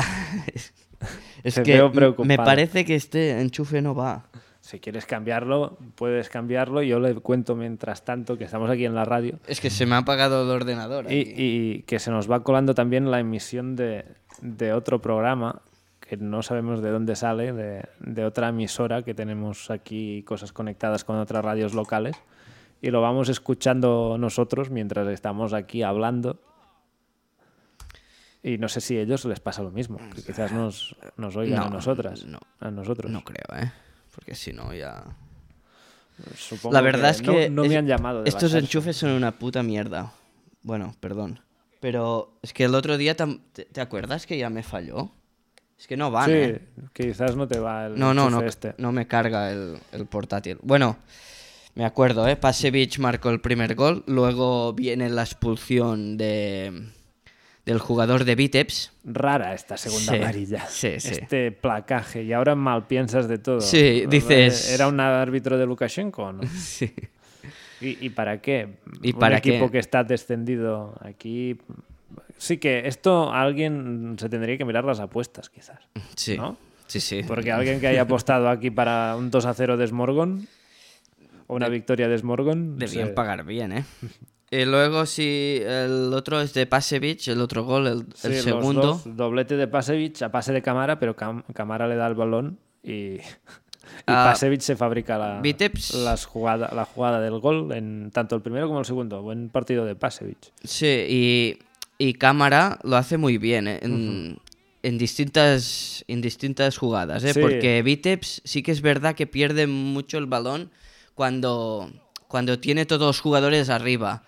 Speaker 2: es Te que veo me parece que este enchufe no va.
Speaker 1: Si quieres cambiarlo, puedes cambiarlo. Yo le cuento mientras tanto que estamos aquí en la radio.
Speaker 2: Es que se me ha apagado el ordenador.
Speaker 1: Y, y que se nos va colando también la emisión de, de otro programa que no sabemos de dónde sale, de, de, otra emisora que tenemos aquí cosas conectadas con otras radios locales y lo vamos escuchando nosotros mientras estamos aquí hablando. Y no sé si a ellos les pasa lo mismo, que quizás nos, nos oigan
Speaker 2: no,
Speaker 1: a nosotras.
Speaker 2: No,
Speaker 1: a nosotros.
Speaker 2: No creo, ¿eh? Porque si no ya...
Speaker 1: Supongo
Speaker 2: la verdad
Speaker 1: que
Speaker 2: es que
Speaker 1: no, no es, me han llamado. De
Speaker 2: estos enchufes son una puta mierda. Bueno, perdón. Pero es que el otro día, te, ¿te acuerdas que ya me falló? Es que no van.
Speaker 1: Sí,
Speaker 2: eh.
Speaker 1: quizás no te va el.
Speaker 2: No, no, no,
Speaker 1: este.
Speaker 2: no me carga el, el, portátil. Bueno, me acuerdo, ¿eh? Pasevich marcó el primer gol, luego viene la expulsión de, del jugador de Biteps.
Speaker 1: Rara esta segunda
Speaker 2: sí,
Speaker 1: amarilla.
Speaker 2: Sí, sí.
Speaker 1: Este placaje, y ahora mal piensas de todo.
Speaker 2: Sí, ¿no? dices.
Speaker 1: ¿Era un árbitro de Lukashenko no?
Speaker 2: Sí.
Speaker 1: ¿Y, y para qué?
Speaker 2: ¿Y para
Speaker 1: un equipo qué? que está descendido aquí sí que esto alguien se tendría que mirar las apuestas, quizás.
Speaker 2: Sí.
Speaker 1: ¿no?
Speaker 2: Sí, sí.
Speaker 1: Porque alguien que haya apostado aquí para un 2 a 0 de Smorgon o una de... victoria de Smorgon.
Speaker 2: Debían se... pagar bien, ¿eh? Y luego, si el otro es de Pasevich, el otro gol, el,
Speaker 1: sí,
Speaker 2: el segundo.
Speaker 1: Los dos, doblete de Pasevich a pase de Camara, pero Cam Camara le da el balón y. Y
Speaker 2: Ah,
Speaker 1: uh, Pasevich se fabrica la, las jugada, la jugada del gol en tanto el primero como el segundo. Buen partido de Pasevich.
Speaker 2: Sí, y y cámara lo hace muy bien ¿eh? en, uh -huh. en, distintas, en distintas jugadas, ¿eh?
Speaker 1: sí.
Speaker 2: porque Viteps sí que es verdad que pierde mucho el balón cuando, cuando tiene todos los jugadores arriba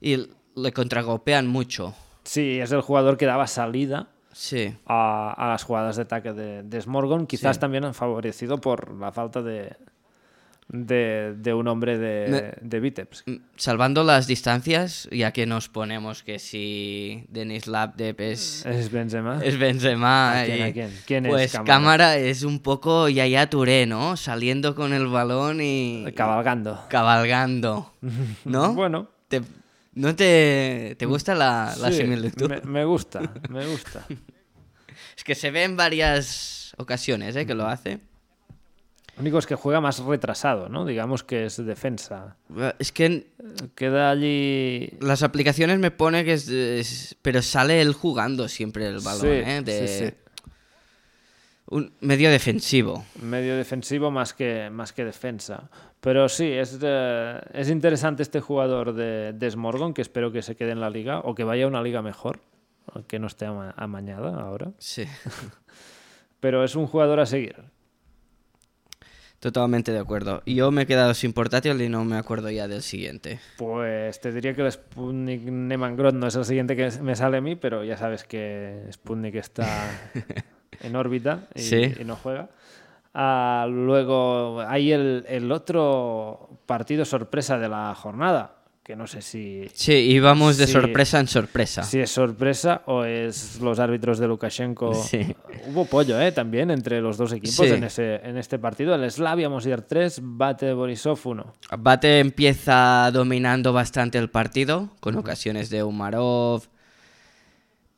Speaker 2: y le contragopean mucho.
Speaker 1: Sí, es el jugador que daba salida.
Speaker 2: Sí.
Speaker 1: A, a, las jugadas de ataque de, de Smorgon, quizás sí. también han favorecido por la falta de, de, de, un hombre de, de Biteps.
Speaker 2: Mm, Salvando las distancias, ya que nos ponemos que si Denis Labdep es,
Speaker 1: es Benzema.
Speaker 2: Es Benzema.
Speaker 1: ¿A quién,
Speaker 2: y,
Speaker 1: a quién? ¿Quién
Speaker 2: pues
Speaker 1: es
Speaker 2: cámara? es un poco Yaya Touré, ¿no? Saliendo con el balón y.
Speaker 1: Cabalgando.
Speaker 2: Cabalgando. ¿No?
Speaker 1: bueno.
Speaker 2: Te, ¿No te, te gusta la, Ah, la
Speaker 1: Sí,
Speaker 2: similitud?
Speaker 1: Me, me gusta, me gusta.
Speaker 2: Es que se ve en varias ocasiones ¿eh? que lo hace.
Speaker 1: Lo único es que juega más retrasado, ¿no? Digamos que es defensa.
Speaker 2: Es que en
Speaker 1: Queda allí.
Speaker 2: las aplicaciones me pone que es, es- Pero sale él jugando siempre el balón,
Speaker 1: Sí,
Speaker 2: ¿eh? De
Speaker 1: sí, sí.
Speaker 2: Un medio defensivo.
Speaker 1: medio defensivo más que, más que defensa. Pero sí, es, eh, es interesante este jugador de, de Smorgon, que espero que se quede en la liga o que vaya a una liga mejor, que no esté ama- amañada ahora.
Speaker 2: Sí,
Speaker 1: Pero es un jugador a seguir.
Speaker 2: totalmente de acuerdo. Yo me he quedado sin portátil y no me acuerdo ya del siguiente.
Speaker 1: Pues te diría que el Sputnik Nemangrod no es el siguiente que me sale a mí, pero ya sabes que Sputnik está en órbita y,
Speaker 2: Sí.
Speaker 1: y no juega. Ah, luego hay el, el otro partido sorpresa de la jornada, que no sé si,
Speaker 2: Sí, íbamos de
Speaker 1: Sí.
Speaker 2: sorpresa en sorpresa.
Speaker 1: Si es sorpresa o es los árbitros de Lukashenko.
Speaker 2: Sí.
Speaker 1: Hubo pollo, ¿eh? También entre los dos equipos
Speaker 2: Sí.
Speaker 1: en, ese, en este partido. El Slavia Mostar 3, bate Borisov 1.
Speaker 2: Bate empieza dominando bastante el partido, con ocasiones de Umarov.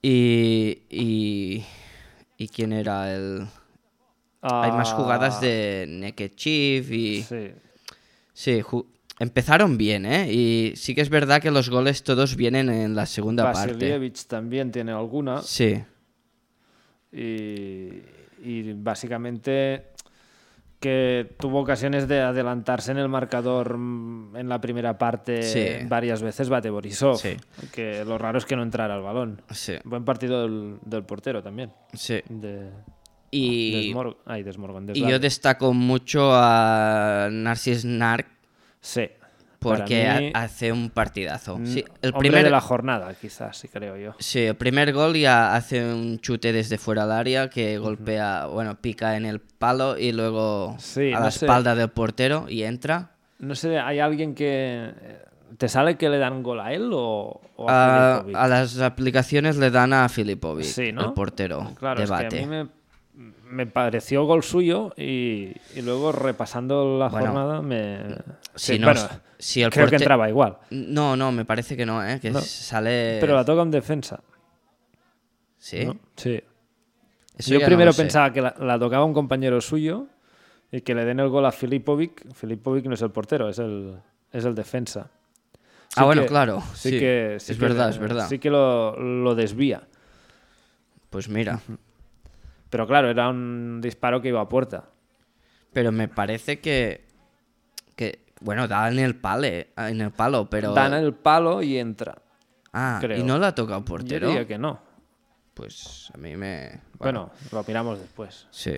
Speaker 2: Y. ¿Y, y quién era el.? Hay más jugadas de Nekechiv y. Sí,
Speaker 1: Ah. Sí.
Speaker 2: ju- empezaron bien, ¿eh? Y sí que es verdad que los goles todos vienen en la segunda parte.
Speaker 1: Vasilievich también tiene alguna.
Speaker 2: Sí,
Speaker 1: Y, y básicamente que tuvo ocasiones de adelantarse en el marcador mm, en la primera parte
Speaker 2: Sí.
Speaker 1: varias veces bate Borisov.
Speaker 2: Sí.
Speaker 1: Que lo raro es que no entrara al balón.
Speaker 2: sí,
Speaker 1: Buen partido del- del portero también.
Speaker 2: sí.
Speaker 1: De,
Speaker 2: Y,
Speaker 1: Desmor- Ay, Desmorgon.
Speaker 2: y yo
Speaker 1: Deslavia.
Speaker 2: destaco mucho a Narcis Narc
Speaker 1: Sí.
Speaker 2: porque
Speaker 1: Para
Speaker 2: ha-
Speaker 1: mí,
Speaker 2: hace un partidazo.
Speaker 1: mm,
Speaker 2: Sí, el
Speaker 1: hombre
Speaker 2: primer
Speaker 1: de la jornada, quizás, sí creo yo.
Speaker 2: Sí, el primer gol ya hace un chute desde fuera del área que golpea, bueno, pica en el palo y luego
Speaker 1: Sí,
Speaker 2: a
Speaker 1: no
Speaker 2: la
Speaker 1: sé.
Speaker 2: espalda del portero y entra.
Speaker 1: No sé, ¿hay alguien que. eh, ¿Te sale que le dan gol a él o, o
Speaker 2: A,
Speaker 1: a Filipovic?
Speaker 2: Ah, a las aplicaciones le dan a Filipovic,
Speaker 1: Sí, ¿no?
Speaker 2: pues, el portero.
Speaker 1: Claro,
Speaker 2: debate.
Speaker 1: es que a mí me, me pareció gol suyo y, y luego repasando la
Speaker 2: Bueno,
Speaker 1: jornada me.
Speaker 2: si
Speaker 1: sí,
Speaker 2: no-
Speaker 1: bueno,
Speaker 2: si el
Speaker 1: creo que
Speaker 2: porte-
Speaker 1: entraba igual.
Speaker 2: No, no, me parece que no, ¿eh? que sale.
Speaker 1: Pero la toca en defensa.
Speaker 2: Sí.
Speaker 1: ¿no? Sí.
Speaker 2: ¿Eh? Eso
Speaker 1: Yo
Speaker 2: ya no
Speaker 1: primero
Speaker 2: lo sé.
Speaker 1: pensaba que la, la tocaba un compañero suyo y que le den el gol a Filipovic. Filipovic no es el portero, es el, es el defensa.
Speaker 2: Ah, bueno,
Speaker 1: que-
Speaker 2: claro,
Speaker 1: Sí,
Speaker 2: sí.
Speaker 1: que, sí
Speaker 2: Es
Speaker 1: que-
Speaker 2: verdad, es verdad.
Speaker 1: Sí que lo, lo desvía.
Speaker 2: Pues mira,
Speaker 1: Pero claro, era un disparo que iba a puerta.
Speaker 2: pero me parece que. que bueno, da en el, pale, en el palo, pero.
Speaker 1: Dan el palo y entra.
Speaker 2: Ah, y
Speaker 1: creo.
Speaker 2: no la toca el
Speaker 1: Yo
Speaker 2: portero.
Speaker 1: diría que no.
Speaker 2: Pues a mí me.
Speaker 1: Bueno,
Speaker 2: Bueno,
Speaker 1: lo miramos después.
Speaker 2: sí.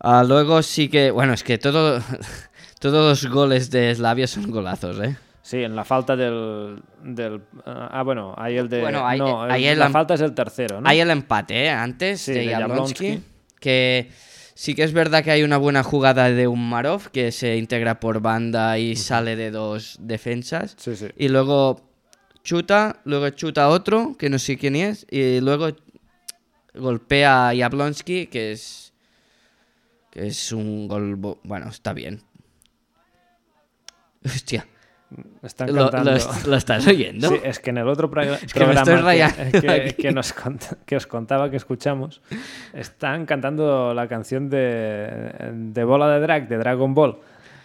Speaker 2: Ah, luego sí que. Bueno, es que todo, todos los goles de Slavia son golazos, ¿eh?
Speaker 1: Sí, en la falta del. del ah, bueno, ahí el de.
Speaker 2: Bueno, ahí-
Speaker 1: no,
Speaker 2: ahí
Speaker 1: el-
Speaker 2: el
Speaker 1: la
Speaker 2: am-
Speaker 1: falta es el tercero, ¿no?
Speaker 2: Hay el empate, ¿eh? Antes
Speaker 1: Sí,
Speaker 2: de
Speaker 1: de
Speaker 2: Jablonski,
Speaker 1: Jablonski.
Speaker 2: Que sí que es verdad que hay una buena jugada de Umarov que se integra por banda y sale de dos defensas.
Speaker 1: Sí, sí.
Speaker 2: Y luego chuta, luego chuta otro, que no sé quién es, y luego golpea a Jablonski, que es. que es un gol. bo- Bueno, está bien. Hostia,
Speaker 1: Están
Speaker 2: lo,
Speaker 1: cantando.
Speaker 2: lo est- lo estás oyendo?
Speaker 1: Sí, es que en el otro pro-
Speaker 2: que me
Speaker 1: programa
Speaker 2: estoy
Speaker 1: que-
Speaker 2: rayando
Speaker 1: que, que nos cont- que os contaba que escuchamos, están cantando la canción de, de Bola de Drag, de Dragon Ball,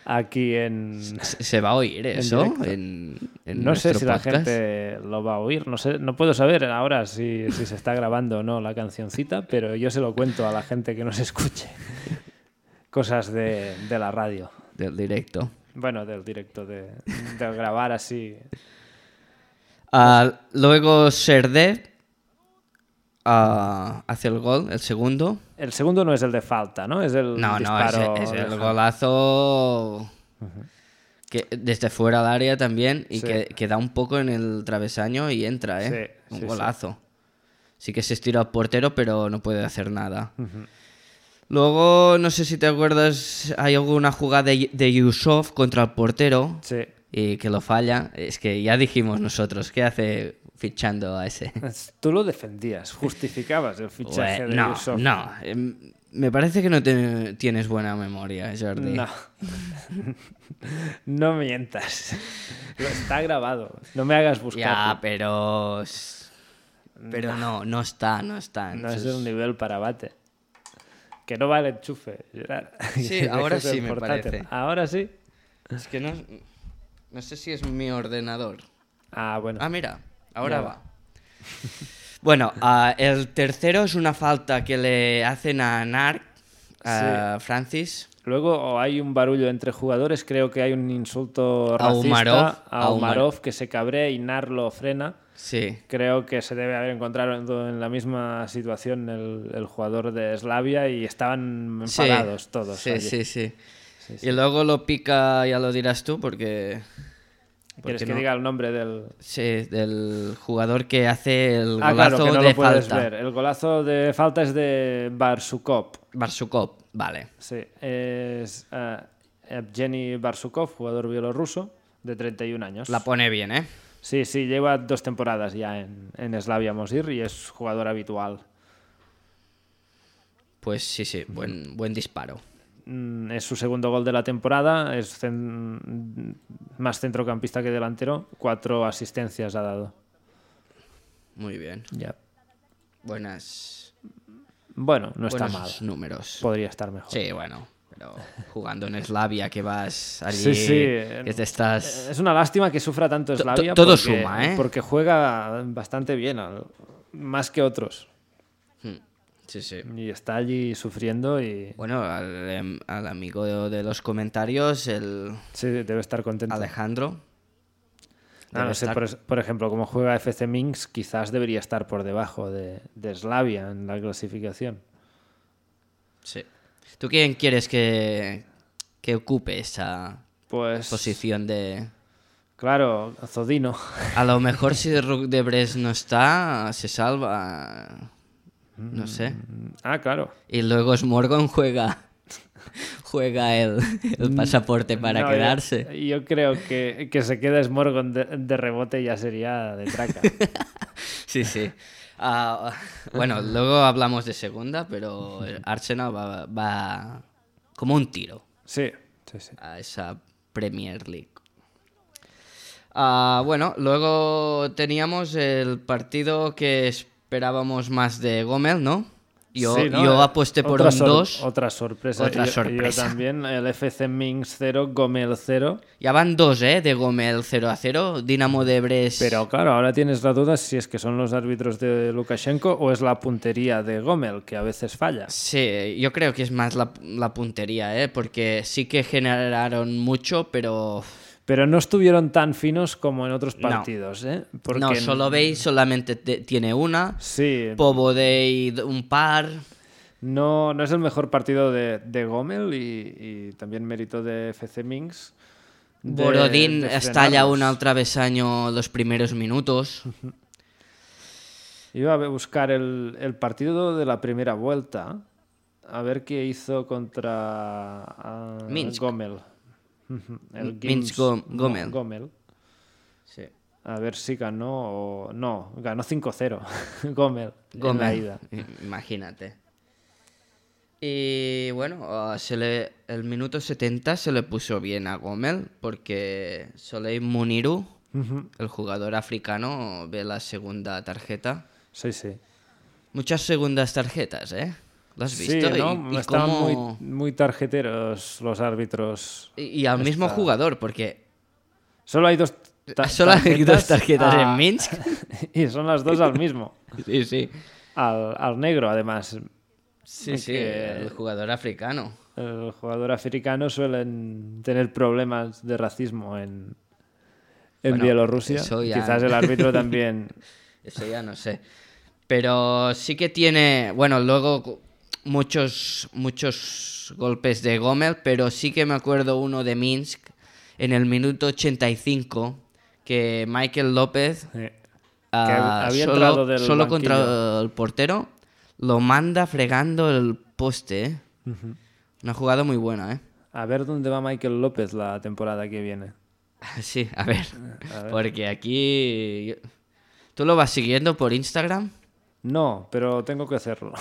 Speaker 1: aquí en...
Speaker 2: Se se va a oír eso
Speaker 1: directo.
Speaker 2: en, en
Speaker 1: no sé
Speaker 2: nuestro
Speaker 1: si la
Speaker 2: podcast?
Speaker 1: gente lo va a oír, no, sé, no puedo saber ahora si, si se está grabando o no la cancioncita, pero yo se lo cuento a la gente que nos escuche. Cosas de, de la radio.
Speaker 2: Del directo.
Speaker 1: Bueno, del directo, de, del grabar así.
Speaker 2: Ah, luego Serdev ah, hace el gol, el segundo.
Speaker 1: El segundo no es el de falta, ¿no? Es el
Speaker 2: No, no, es,
Speaker 1: disparo...
Speaker 2: es el
Speaker 1: de-
Speaker 2: golazo que desde fuera del área también y
Speaker 1: Sí.
Speaker 2: que, que da un poco en el travesaño y entra, ¿eh?
Speaker 1: Sí,
Speaker 2: un
Speaker 1: sí, sí.
Speaker 2: golazo. Sí que se estira al portero, pero no puede hacer nada. Luego, no sé si te acuerdas, hay alguna jugada de, de Yusuf contra el portero
Speaker 1: Sí.
Speaker 2: y que lo falla, es que ya dijimos nosotros, ¿qué hace fichando a ese?
Speaker 1: Tú lo defendías, justificabas el fichaje
Speaker 2: Bueno,
Speaker 1: de
Speaker 2: no,
Speaker 1: Ubisoft.
Speaker 2: no. em, Me parece que no te- tienes buena memoria, Jordi.
Speaker 1: No. No mientas. Lo está grabado. No me hagas
Speaker 2: Ya,
Speaker 1: buscar.
Speaker 2: pero. s- Pero no, no está, no está.
Speaker 1: no es
Speaker 2: Entonces-
Speaker 1: un nivel para bate. Que no vale enchufe. Gerard.
Speaker 2: Sí,
Speaker 1: Que
Speaker 2: ahora
Speaker 1: dejes el
Speaker 2: sí me
Speaker 1: portátil.
Speaker 2: parece.
Speaker 1: Ahora sí.
Speaker 2: Es que no. No sé si es mi ordenador.
Speaker 1: Ah, bueno.
Speaker 2: Ah, mira, ahora
Speaker 1: Ya
Speaker 2: va.
Speaker 1: va.
Speaker 2: Bueno, ah, el tercero es una falta que le hacen a Narc, a Francis.
Speaker 1: Luego o hay un barullo entre jugadores, creo que hay un insulto
Speaker 2: A
Speaker 1: racista
Speaker 2: Umarov, a
Speaker 1: a
Speaker 2: Umar-
Speaker 1: Umarov que se cabrea y Nar lo frena.
Speaker 2: Sí.
Speaker 1: Creo que se debe haber encontrado en la misma situación el, el jugador de Slavia y estaban
Speaker 2: Sí.
Speaker 1: enfadados todos.
Speaker 2: Sí,
Speaker 1: allí.
Speaker 2: sí, sí,
Speaker 1: Sí, sí.
Speaker 2: Y luego lo pica, ya lo dirás tú, porque. porque
Speaker 1: ¿Quieres que
Speaker 2: no-
Speaker 1: diga el nombre del
Speaker 2: Sí, del jugador que hace el
Speaker 1: Ah,
Speaker 2: golazo
Speaker 1: claro, que no
Speaker 2: de
Speaker 1: lo puedes
Speaker 2: falta.
Speaker 1: ver. El golazo de falta es de Barsukov.
Speaker 2: Barsukov, vale.
Speaker 1: Sí, es eh, Evgeny Barsukov, jugador bielorruso de 31 años.
Speaker 2: La pone bien, ¿eh?
Speaker 1: Sí, sí, lleva dos temporadas ya en, en Slavia Mosir y es jugador habitual.
Speaker 2: Pues sí, sí, buen, buen disparo.
Speaker 1: Mm, Es su segundo gol de la temporada, es cen- más centrocampista que delantero, cuatro asistencias ha dado.
Speaker 2: Muy bien. Buenas,
Speaker 1: Bueno, no está mal,
Speaker 2: buenos números.
Speaker 1: podría estar mejor.
Speaker 2: Sí, bueno, pero jugando en Eslavia que vas allí,
Speaker 1: Sí, sí,
Speaker 2: que te estás...
Speaker 1: Es una lástima que sufra tanto
Speaker 2: To- to-
Speaker 1: Slavia.
Speaker 2: todo
Speaker 1: porque,
Speaker 2: suma, ¿eh?
Speaker 1: Porque juega bastante bien, al- más que otros.
Speaker 2: Sí, sí.
Speaker 1: Y está allí sufriendo y
Speaker 2: Bueno, al, em, al amigo de, de los comentarios, el
Speaker 1: sí, debe estar contento.
Speaker 2: Alejandro.
Speaker 1: Ah,
Speaker 2: debe
Speaker 1: no sé,
Speaker 2: estar-
Speaker 1: por, es- por ejemplo, como juega FC Minsk, quizás debería estar por debajo de, de Slavia en la clasificación.
Speaker 2: Sí. ¿Tú quién quieres que, que ocupe esa
Speaker 1: Pues,
Speaker 2: posición de...
Speaker 1: claro, Zodino.
Speaker 2: A lo mejor si Ruk de Bres no está, se salva... No sé.
Speaker 1: Ah, claro.
Speaker 2: Y luego Smorgon juega juega el, el pasaporte para
Speaker 1: Mm. No, yo-
Speaker 2: quedarse.
Speaker 1: Yo, creo que, que se queda Smorgon de, de rebote ya sería de traca.
Speaker 2: Sí, sí. Ah, bueno, luego hablamos de segunda, pero el Arsenal va, va como un tiro
Speaker 1: Sí, sí, sí.
Speaker 2: a esa Premier League. Ah, bueno, luego teníamos el partido que esperábamos más de Gómez, ¿no? Yo,
Speaker 1: Sí, ¿no?
Speaker 2: yo aposté por
Speaker 1: Otra
Speaker 2: un
Speaker 1: sor-
Speaker 2: 2.
Speaker 1: Otra sorpresa.
Speaker 2: Otra
Speaker 1: Yo- yo
Speaker 2: sorpresa.
Speaker 1: también, el FC Minsk 0, Gomel 0.
Speaker 2: Ya van dos, ¿eh? De Gómez 0 a 0. Dinamo de Brest.
Speaker 1: Pero claro, ahora tienes la duda si es que son los árbitros de Lukashenko o es la puntería de Gomel, que a veces falla.
Speaker 2: Sí, yo creo que es más la, la puntería, ¿eh? Porque sí que generaron mucho, pero
Speaker 1: Pero no estuvieron tan finos como en otros
Speaker 2: No.
Speaker 1: partidos, ¿eh? Porque
Speaker 2: no, solo veis, solamente te- tiene una.
Speaker 1: Sí,
Speaker 2: Pobodey, un par.
Speaker 1: no, no es el mejor partido de, de Gomel y, y también mérito de FC Minsk. de-
Speaker 2: Borodín
Speaker 1: de
Speaker 2: estalla
Speaker 1: frenarlos.
Speaker 2: una al travesaño los primeros minutos.
Speaker 1: Iba a buscar el, el partido de la primera vuelta. A ver qué hizo contra ah,
Speaker 2: Minsk.
Speaker 1: Gomel. Ujú, el
Speaker 2: Minsk
Speaker 1: Gims-
Speaker 2: Go-
Speaker 1: no,
Speaker 2: Gomel.
Speaker 1: Gomel.
Speaker 2: Sí.
Speaker 1: A ver si ganó o... No, ganó 5-0. Gomel. En la ida.
Speaker 2: Imagínate. Y bueno, ah, se le, el minuto 70 se le puso bien a Gómez porque Soleil Muniru, el jugador africano, ve la segunda tarjeta.
Speaker 1: Sí, sí.
Speaker 2: Muchas segundas tarjetas, ¿eh? ¿Lo has
Speaker 1: Sí,
Speaker 2: visto?
Speaker 1: ¿no?
Speaker 2: y, y
Speaker 1: Estaban
Speaker 2: cómo-
Speaker 1: muy, muy tarjeteros los árbitros.
Speaker 2: y- y al mismo jugador, porque
Speaker 1: Solo hay dos ta-
Speaker 2: solo hay dos tarjetas
Speaker 1: a-
Speaker 2: en Minsk.
Speaker 1: Y son las dos al mismo.
Speaker 2: Sí, sí.
Speaker 1: Al, al negro, además.
Speaker 2: Sí, sí, el jugador africano.
Speaker 1: El jugador africano suelen tener problemas de racismo en, en
Speaker 2: Bueno,
Speaker 1: Bielorrusia.
Speaker 2: eso ya-
Speaker 1: Quizás el árbitro también.
Speaker 2: Eso ya no sé. Pero sí que tiene, bueno, luego cu- muchos, muchos golpes de Gómez, pero sí que me acuerdo uno de Minsk en el minuto 85, que Michael López
Speaker 1: eh,
Speaker 2: ah,
Speaker 1: había
Speaker 2: solo,
Speaker 1: entrado del
Speaker 2: solo contra
Speaker 1: banquillo.
Speaker 2: el portero lo manda fregando el poste. ¿eh? Una jugada muy buena, ¿eh?
Speaker 1: A ver dónde va Michael López la temporada que viene.
Speaker 2: Sí, a ver.
Speaker 1: A ver.
Speaker 2: Porque aquí... ¿Tú lo vas siguiendo por Instagram?
Speaker 1: No, pero tengo que hacerlo.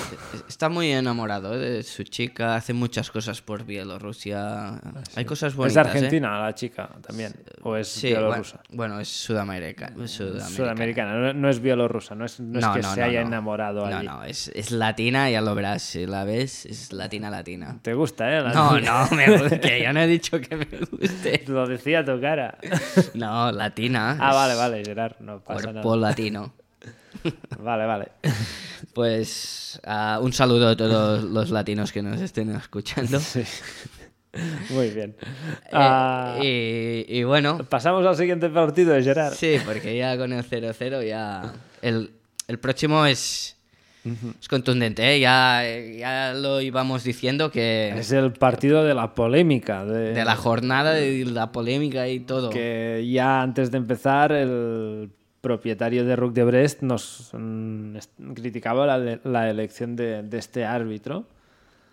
Speaker 2: Está muy enamorado ¿eh? de su chica, hace muchas cosas por Bielorrusia. Hay cosas
Speaker 1: Ah, Es
Speaker 2: bonitas.
Speaker 1: de
Speaker 2: ¿eh?
Speaker 1: Argentina la chica también. O es
Speaker 2: Sí, bueno,
Speaker 1: bielorrusa.
Speaker 2: bueno, es sudamerica- sudamericana.
Speaker 1: Sudamericana, no, no es bielorrusa, no es, no es que se haya enamorado
Speaker 2: No,
Speaker 1: allí.
Speaker 2: no, es, es latina, ya lo verás. Si la ves, es latina, latina.
Speaker 1: ¿Te gusta, eh? La-
Speaker 2: No, no, me gusta, que yo no he dicho que me guste.
Speaker 1: Lo decía tu cara.
Speaker 2: No, latina.
Speaker 1: Ah,
Speaker 2: es
Speaker 1: vale, vale, Gerard, no pasa
Speaker 2: Cuerpo latino.
Speaker 1: nada. Vale, vale.
Speaker 2: Pues ah, un saludo a todos los latinos que nos estén escuchando.
Speaker 1: Muy bien.
Speaker 2: Eh,
Speaker 1: Ah,
Speaker 2: y, y bueno,
Speaker 1: Pasamos al siguiente partido de Gerard.
Speaker 2: sí, porque ya con el 0-0 ya... El, el próximo es, es contundente, ¿eh? ya, ya lo íbamos diciendo que
Speaker 1: Es el partido de la polémica. De,
Speaker 2: de la jornada y la polémica y todo.
Speaker 1: que ya antes de empezar el propietario de Rook de Brest nos mm, est- criticaba la, le- la elección de, de este árbitro.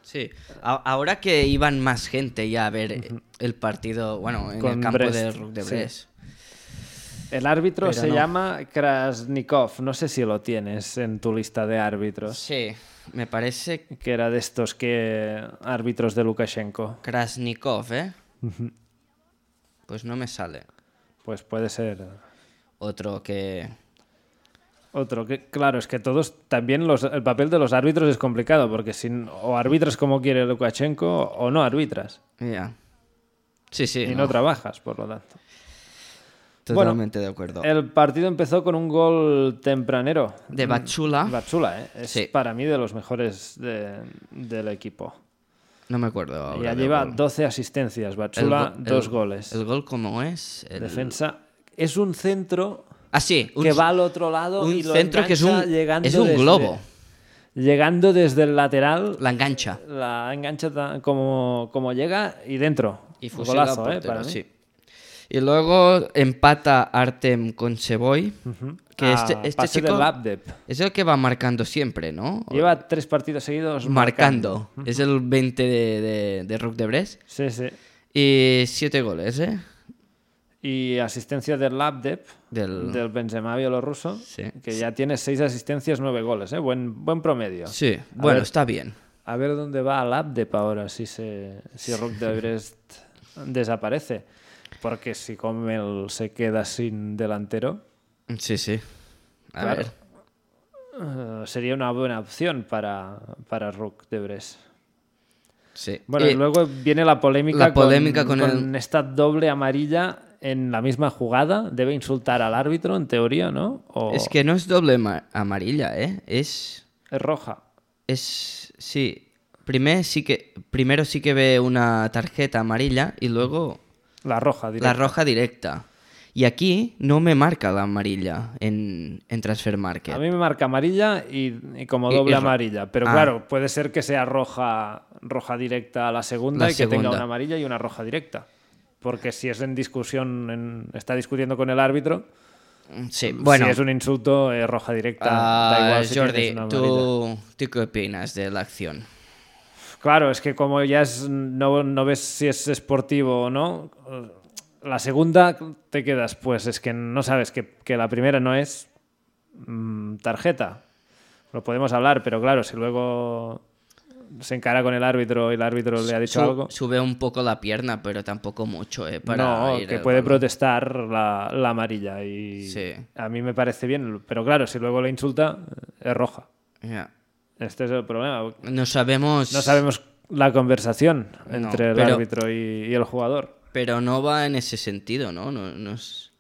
Speaker 2: Sí, A- ahora que iban más gente ya a ver el partido, bueno, en
Speaker 1: Con
Speaker 2: el campo
Speaker 1: Brest,
Speaker 2: de Rook de
Speaker 1: sí.
Speaker 2: Brest.
Speaker 1: El árbitro
Speaker 2: Pero
Speaker 1: se
Speaker 2: no.
Speaker 1: llama Krasnikov, no sé si lo tienes en tu lista de árbitros,
Speaker 2: Sí, me parece
Speaker 1: que era de estos que árbitros de Lukashenko.
Speaker 2: Krasnikov, ¿eh? Pues no me sale.
Speaker 1: Pues puede ser
Speaker 2: Otro que...
Speaker 1: Otro que, claro, es que todos también los, el papel de los árbitros es complicado porque si n- o arbitras como quiere Lukashenko o no arbitras
Speaker 2: Ya. Sí, sí.
Speaker 1: y
Speaker 2: no,
Speaker 1: no trabajas, por lo tanto.
Speaker 2: Totalmente de acuerdo.
Speaker 1: El partido empezó con un gol tempranero.
Speaker 2: De Bachula,
Speaker 1: Bachula, ¿eh? es
Speaker 2: Ah. Sí.
Speaker 1: para mí de los mejores de- del equipo.
Speaker 2: no me acuerdo ahora.
Speaker 1: ya
Speaker 2: del
Speaker 1: lleva
Speaker 2: gol.
Speaker 1: 12 asistencias, Bachula,
Speaker 2: El go-
Speaker 1: dos
Speaker 2: el-
Speaker 1: goles.
Speaker 2: ¿El gol cómo es? El-
Speaker 1: Defensa. Es un centro
Speaker 2: Ah, sí. un-
Speaker 1: que va al otro lado
Speaker 2: un
Speaker 1: y lo
Speaker 2: centro que es
Speaker 1: engancha
Speaker 2: un-
Speaker 1: llegando
Speaker 2: es un
Speaker 1: desde-
Speaker 2: globo.
Speaker 1: Llegando desde el lateral
Speaker 2: La engancha.
Speaker 1: La engancha ta- como, como llega y dentro.
Speaker 2: Y fusila al
Speaker 1: Golazo, eh,
Speaker 2: portero,
Speaker 1: para mí.
Speaker 2: sí. Y luego empata Artem con Seboy. Que
Speaker 1: Ah,
Speaker 2: este, este
Speaker 1: pase
Speaker 2: chico
Speaker 1: del Abdep.
Speaker 2: es el que va marcando siempre, ¿no?
Speaker 1: Lleva tres partidos seguidos marcando.
Speaker 2: marcando. Es el 20 de, de, de Rock de Brest.
Speaker 1: Sí, sí.
Speaker 2: Y siete goles, ¿eh?
Speaker 1: Y asistencia del Abdep,
Speaker 2: Del-
Speaker 1: del Benzema bielorruso,
Speaker 2: Mm. Sí.
Speaker 1: que ya tiene seis asistencias, nueve goles. eh, Buen, buen promedio.
Speaker 2: Sí,
Speaker 1: A
Speaker 2: bueno,
Speaker 1: ver-
Speaker 2: está bien.
Speaker 1: A ver dónde va el Abdep ahora, si, se, si Rock de Brest desaparece. Porque si Comel se queda sin delantero,
Speaker 2: Sí, sí. A
Speaker 1: Claro.
Speaker 2: ver.
Speaker 1: eh, sería una buena opción para, para Rook de Brest.
Speaker 2: Sí.
Speaker 1: Bueno, y
Speaker 2: Eh,
Speaker 1: luego viene la polémica,
Speaker 2: la polémica con el-
Speaker 1: esta doble amarilla en la misma jugada. Debe insultar al árbitro, en teoría, ¿no? O
Speaker 2: Es que no es doble ma- amarilla, ¿eh? Es.
Speaker 1: es roja.
Speaker 2: Es. Sí. Primer sí que, primero sí que ve una tarjeta amarilla y luego
Speaker 1: La roja,
Speaker 2: la
Speaker 1: directa.
Speaker 2: roja directa. Y aquí no me marca la amarilla en, en Transfer Market.
Speaker 1: A mí me marca amarilla y, y como
Speaker 2: Y- y
Speaker 1: doble
Speaker 2: ro-
Speaker 1: amarilla. Pero
Speaker 2: Ah.
Speaker 1: claro, puede ser que sea roja, roja directa a la segunda
Speaker 2: La
Speaker 1: y que tenga
Speaker 2: segunda.
Speaker 1: una amarilla y una roja directa. Porque si es en discusión, en- está discutiendo con el árbitro,
Speaker 2: Sí, bueno.
Speaker 1: si es un insulto, es roja directa. da
Speaker 2: ah,
Speaker 1: igual si
Speaker 2: Jordi,
Speaker 1: tienes una amarilla.
Speaker 2: ¿tú, ¿tú qué opinas de la acción?
Speaker 1: Claro, es que como ya es, no, no ves si es esportivo o no, la segunda te quedas, pues es que no sabes que, que la primera no es mm, tarjeta. Lo podemos hablar, pero claro, si luego se encara con el árbitro y el árbitro le ha dicho
Speaker 2: Su-
Speaker 1: algo,
Speaker 2: Sube un poco la pierna, pero tampoco mucho, ¿eh? Para
Speaker 1: no,
Speaker 2: ir
Speaker 1: que
Speaker 2: al
Speaker 1: puede
Speaker 2: balón.
Speaker 1: protestar la, la amarilla. Y
Speaker 2: Sí.
Speaker 1: a mí me parece bien, pero claro, si luego le insulta, es roja.
Speaker 2: Ya.
Speaker 1: Este es el problema.
Speaker 2: No sabemos.
Speaker 1: No sabemos la conversación
Speaker 2: No,
Speaker 1: entre el
Speaker 2: pero-
Speaker 1: árbitro y- y el jugador.
Speaker 2: Pero no va en ese sentido, ¿no? No, no es-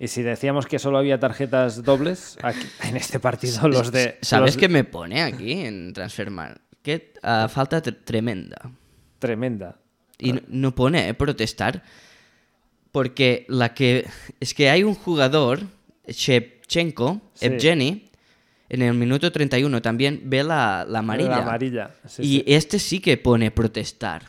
Speaker 1: Y si decíamos que solo había tarjetas dobles, aquí- en este partido los de. los
Speaker 2: ¿Sabes
Speaker 1: de-
Speaker 2: qué me pone aquí en Transfer Market? Ah, falta tre- tremenda.
Speaker 1: Tremenda.
Speaker 2: Y
Speaker 1: Ah.
Speaker 2: no- no pone eh, protestar. Porque la que. Es que hay un jugador, Shevchenko,
Speaker 1: Sí.
Speaker 2: Evgeny, en el minuto 31 también ve la, la amarilla.
Speaker 1: La amarilla. sí,
Speaker 2: y
Speaker 1: sí.
Speaker 2: este sí que pone protestar.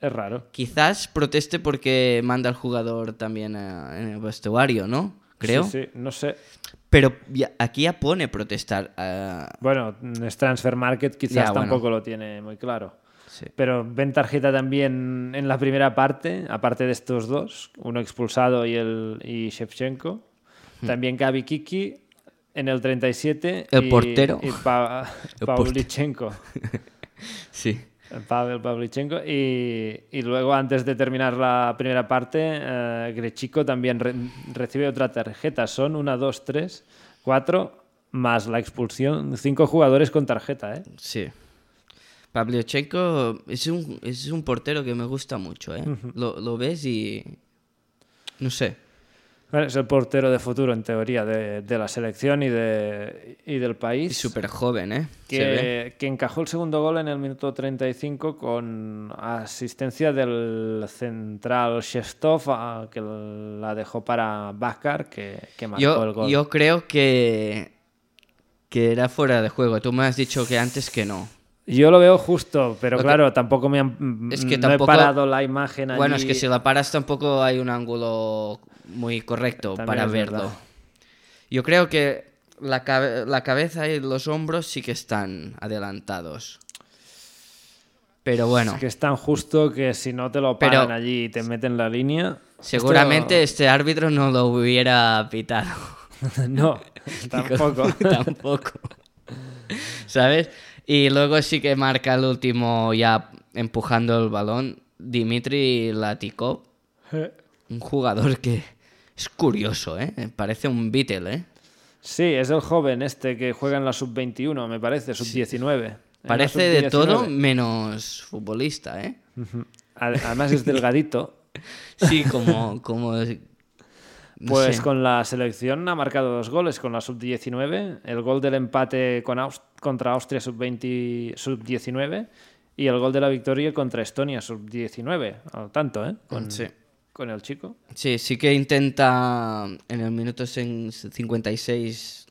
Speaker 1: Es raro.
Speaker 2: Quizás proteste porque manda al jugador también a- en el vestuario, ¿no? Creo.
Speaker 1: Sí, sí, no sé.
Speaker 2: Pero ya- aquí ya pone protestar. ah,
Speaker 1: Bueno, es Transfer Market, quizás
Speaker 2: Ya, bueno.
Speaker 1: tampoco lo tiene muy claro.
Speaker 2: Sí.
Speaker 1: Pero ven tarjeta también en la primera parte, aparte de estos dos, uno expulsado y, el, y Shevchenko. También Gaby Kiki en el 37.
Speaker 2: Hmm. El
Speaker 1: y-
Speaker 2: portero.
Speaker 1: Y Pa-
Speaker 2: El portero.
Speaker 1: Pavlichenko.
Speaker 2: Sí.
Speaker 1: Pavel Pavlichenko. Y, y luego, antes de terminar la primera parte, eh, Grechico también re- recibe otra tarjeta. Son una, dos, tres, cuatro, más la expulsión. Cinco jugadores con tarjeta, ¿eh?
Speaker 2: Sí. Pavlyuchenko es un, es un portero que me gusta mucho, ¿eh? lo, lo ves y... No sé.
Speaker 1: Bueno, Es el portero de futuro, en teoría, de, de la selección y, de, y del
Speaker 2: Es
Speaker 1: país.
Speaker 2: súper joven, ¿eh? Se ve.
Speaker 1: que, que encajó el segundo gol en el minuto 35 con asistencia del central Shestov, ah, que la dejó para Bakar, que, que marcó el
Speaker 2: Yo,
Speaker 1: gol.
Speaker 2: yo creo que... Que era fuera de juego. Tú me has dicho que antes que no.
Speaker 1: Yo lo veo justo, pero
Speaker 2: Lo que-
Speaker 1: claro, tampoco me han.
Speaker 2: Es que
Speaker 1: no
Speaker 2: tampoco-
Speaker 1: he parado la imagen allí.
Speaker 2: Bueno, es que si la paras tampoco hay un ángulo muy correcto
Speaker 1: También
Speaker 2: para
Speaker 1: es
Speaker 2: verlo.
Speaker 1: verdad.
Speaker 2: Yo creo que la, cabe- la cabeza y los hombros sí que están adelantados. Pero bueno,
Speaker 1: Es que es tan justo que si no te lo
Speaker 2: Pero-
Speaker 1: paran allí y te meten la línea.
Speaker 2: seguramente este árbitro no lo hubiera pitado.
Speaker 1: esto- No, tampoco.
Speaker 2: Tampoco. ¿Sabes? Y luego sí que marca el último ya empujando el balón Dimitri Latikov. Un jugador que es curioso, ¿eh? Parece un Beatle, ¿eh?
Speaker 1: Sí, es el joven este que juega en la sub-21, me parece, sub-19.
Speaker 2: Parece de todo menos futbolista, ¿eh?
Speaker 1: Además es delgadito.
Speaker 2: Sí, como... como no
Speaker 1: Pues
Speaker 2: sé.
Speaker 1: con la selección ha marcado dos goles con la sub-19, el gol del empate con Aus- contra Austria sub-20 sub-19 y el gol de la victoria contra Estonia sub-19, al tanto, ¿eh? Con,
Speaker 2: Sí.
Speaker 1: con el chico.
Speaker 2: Sí, sí que intenta en el minuto cin- 56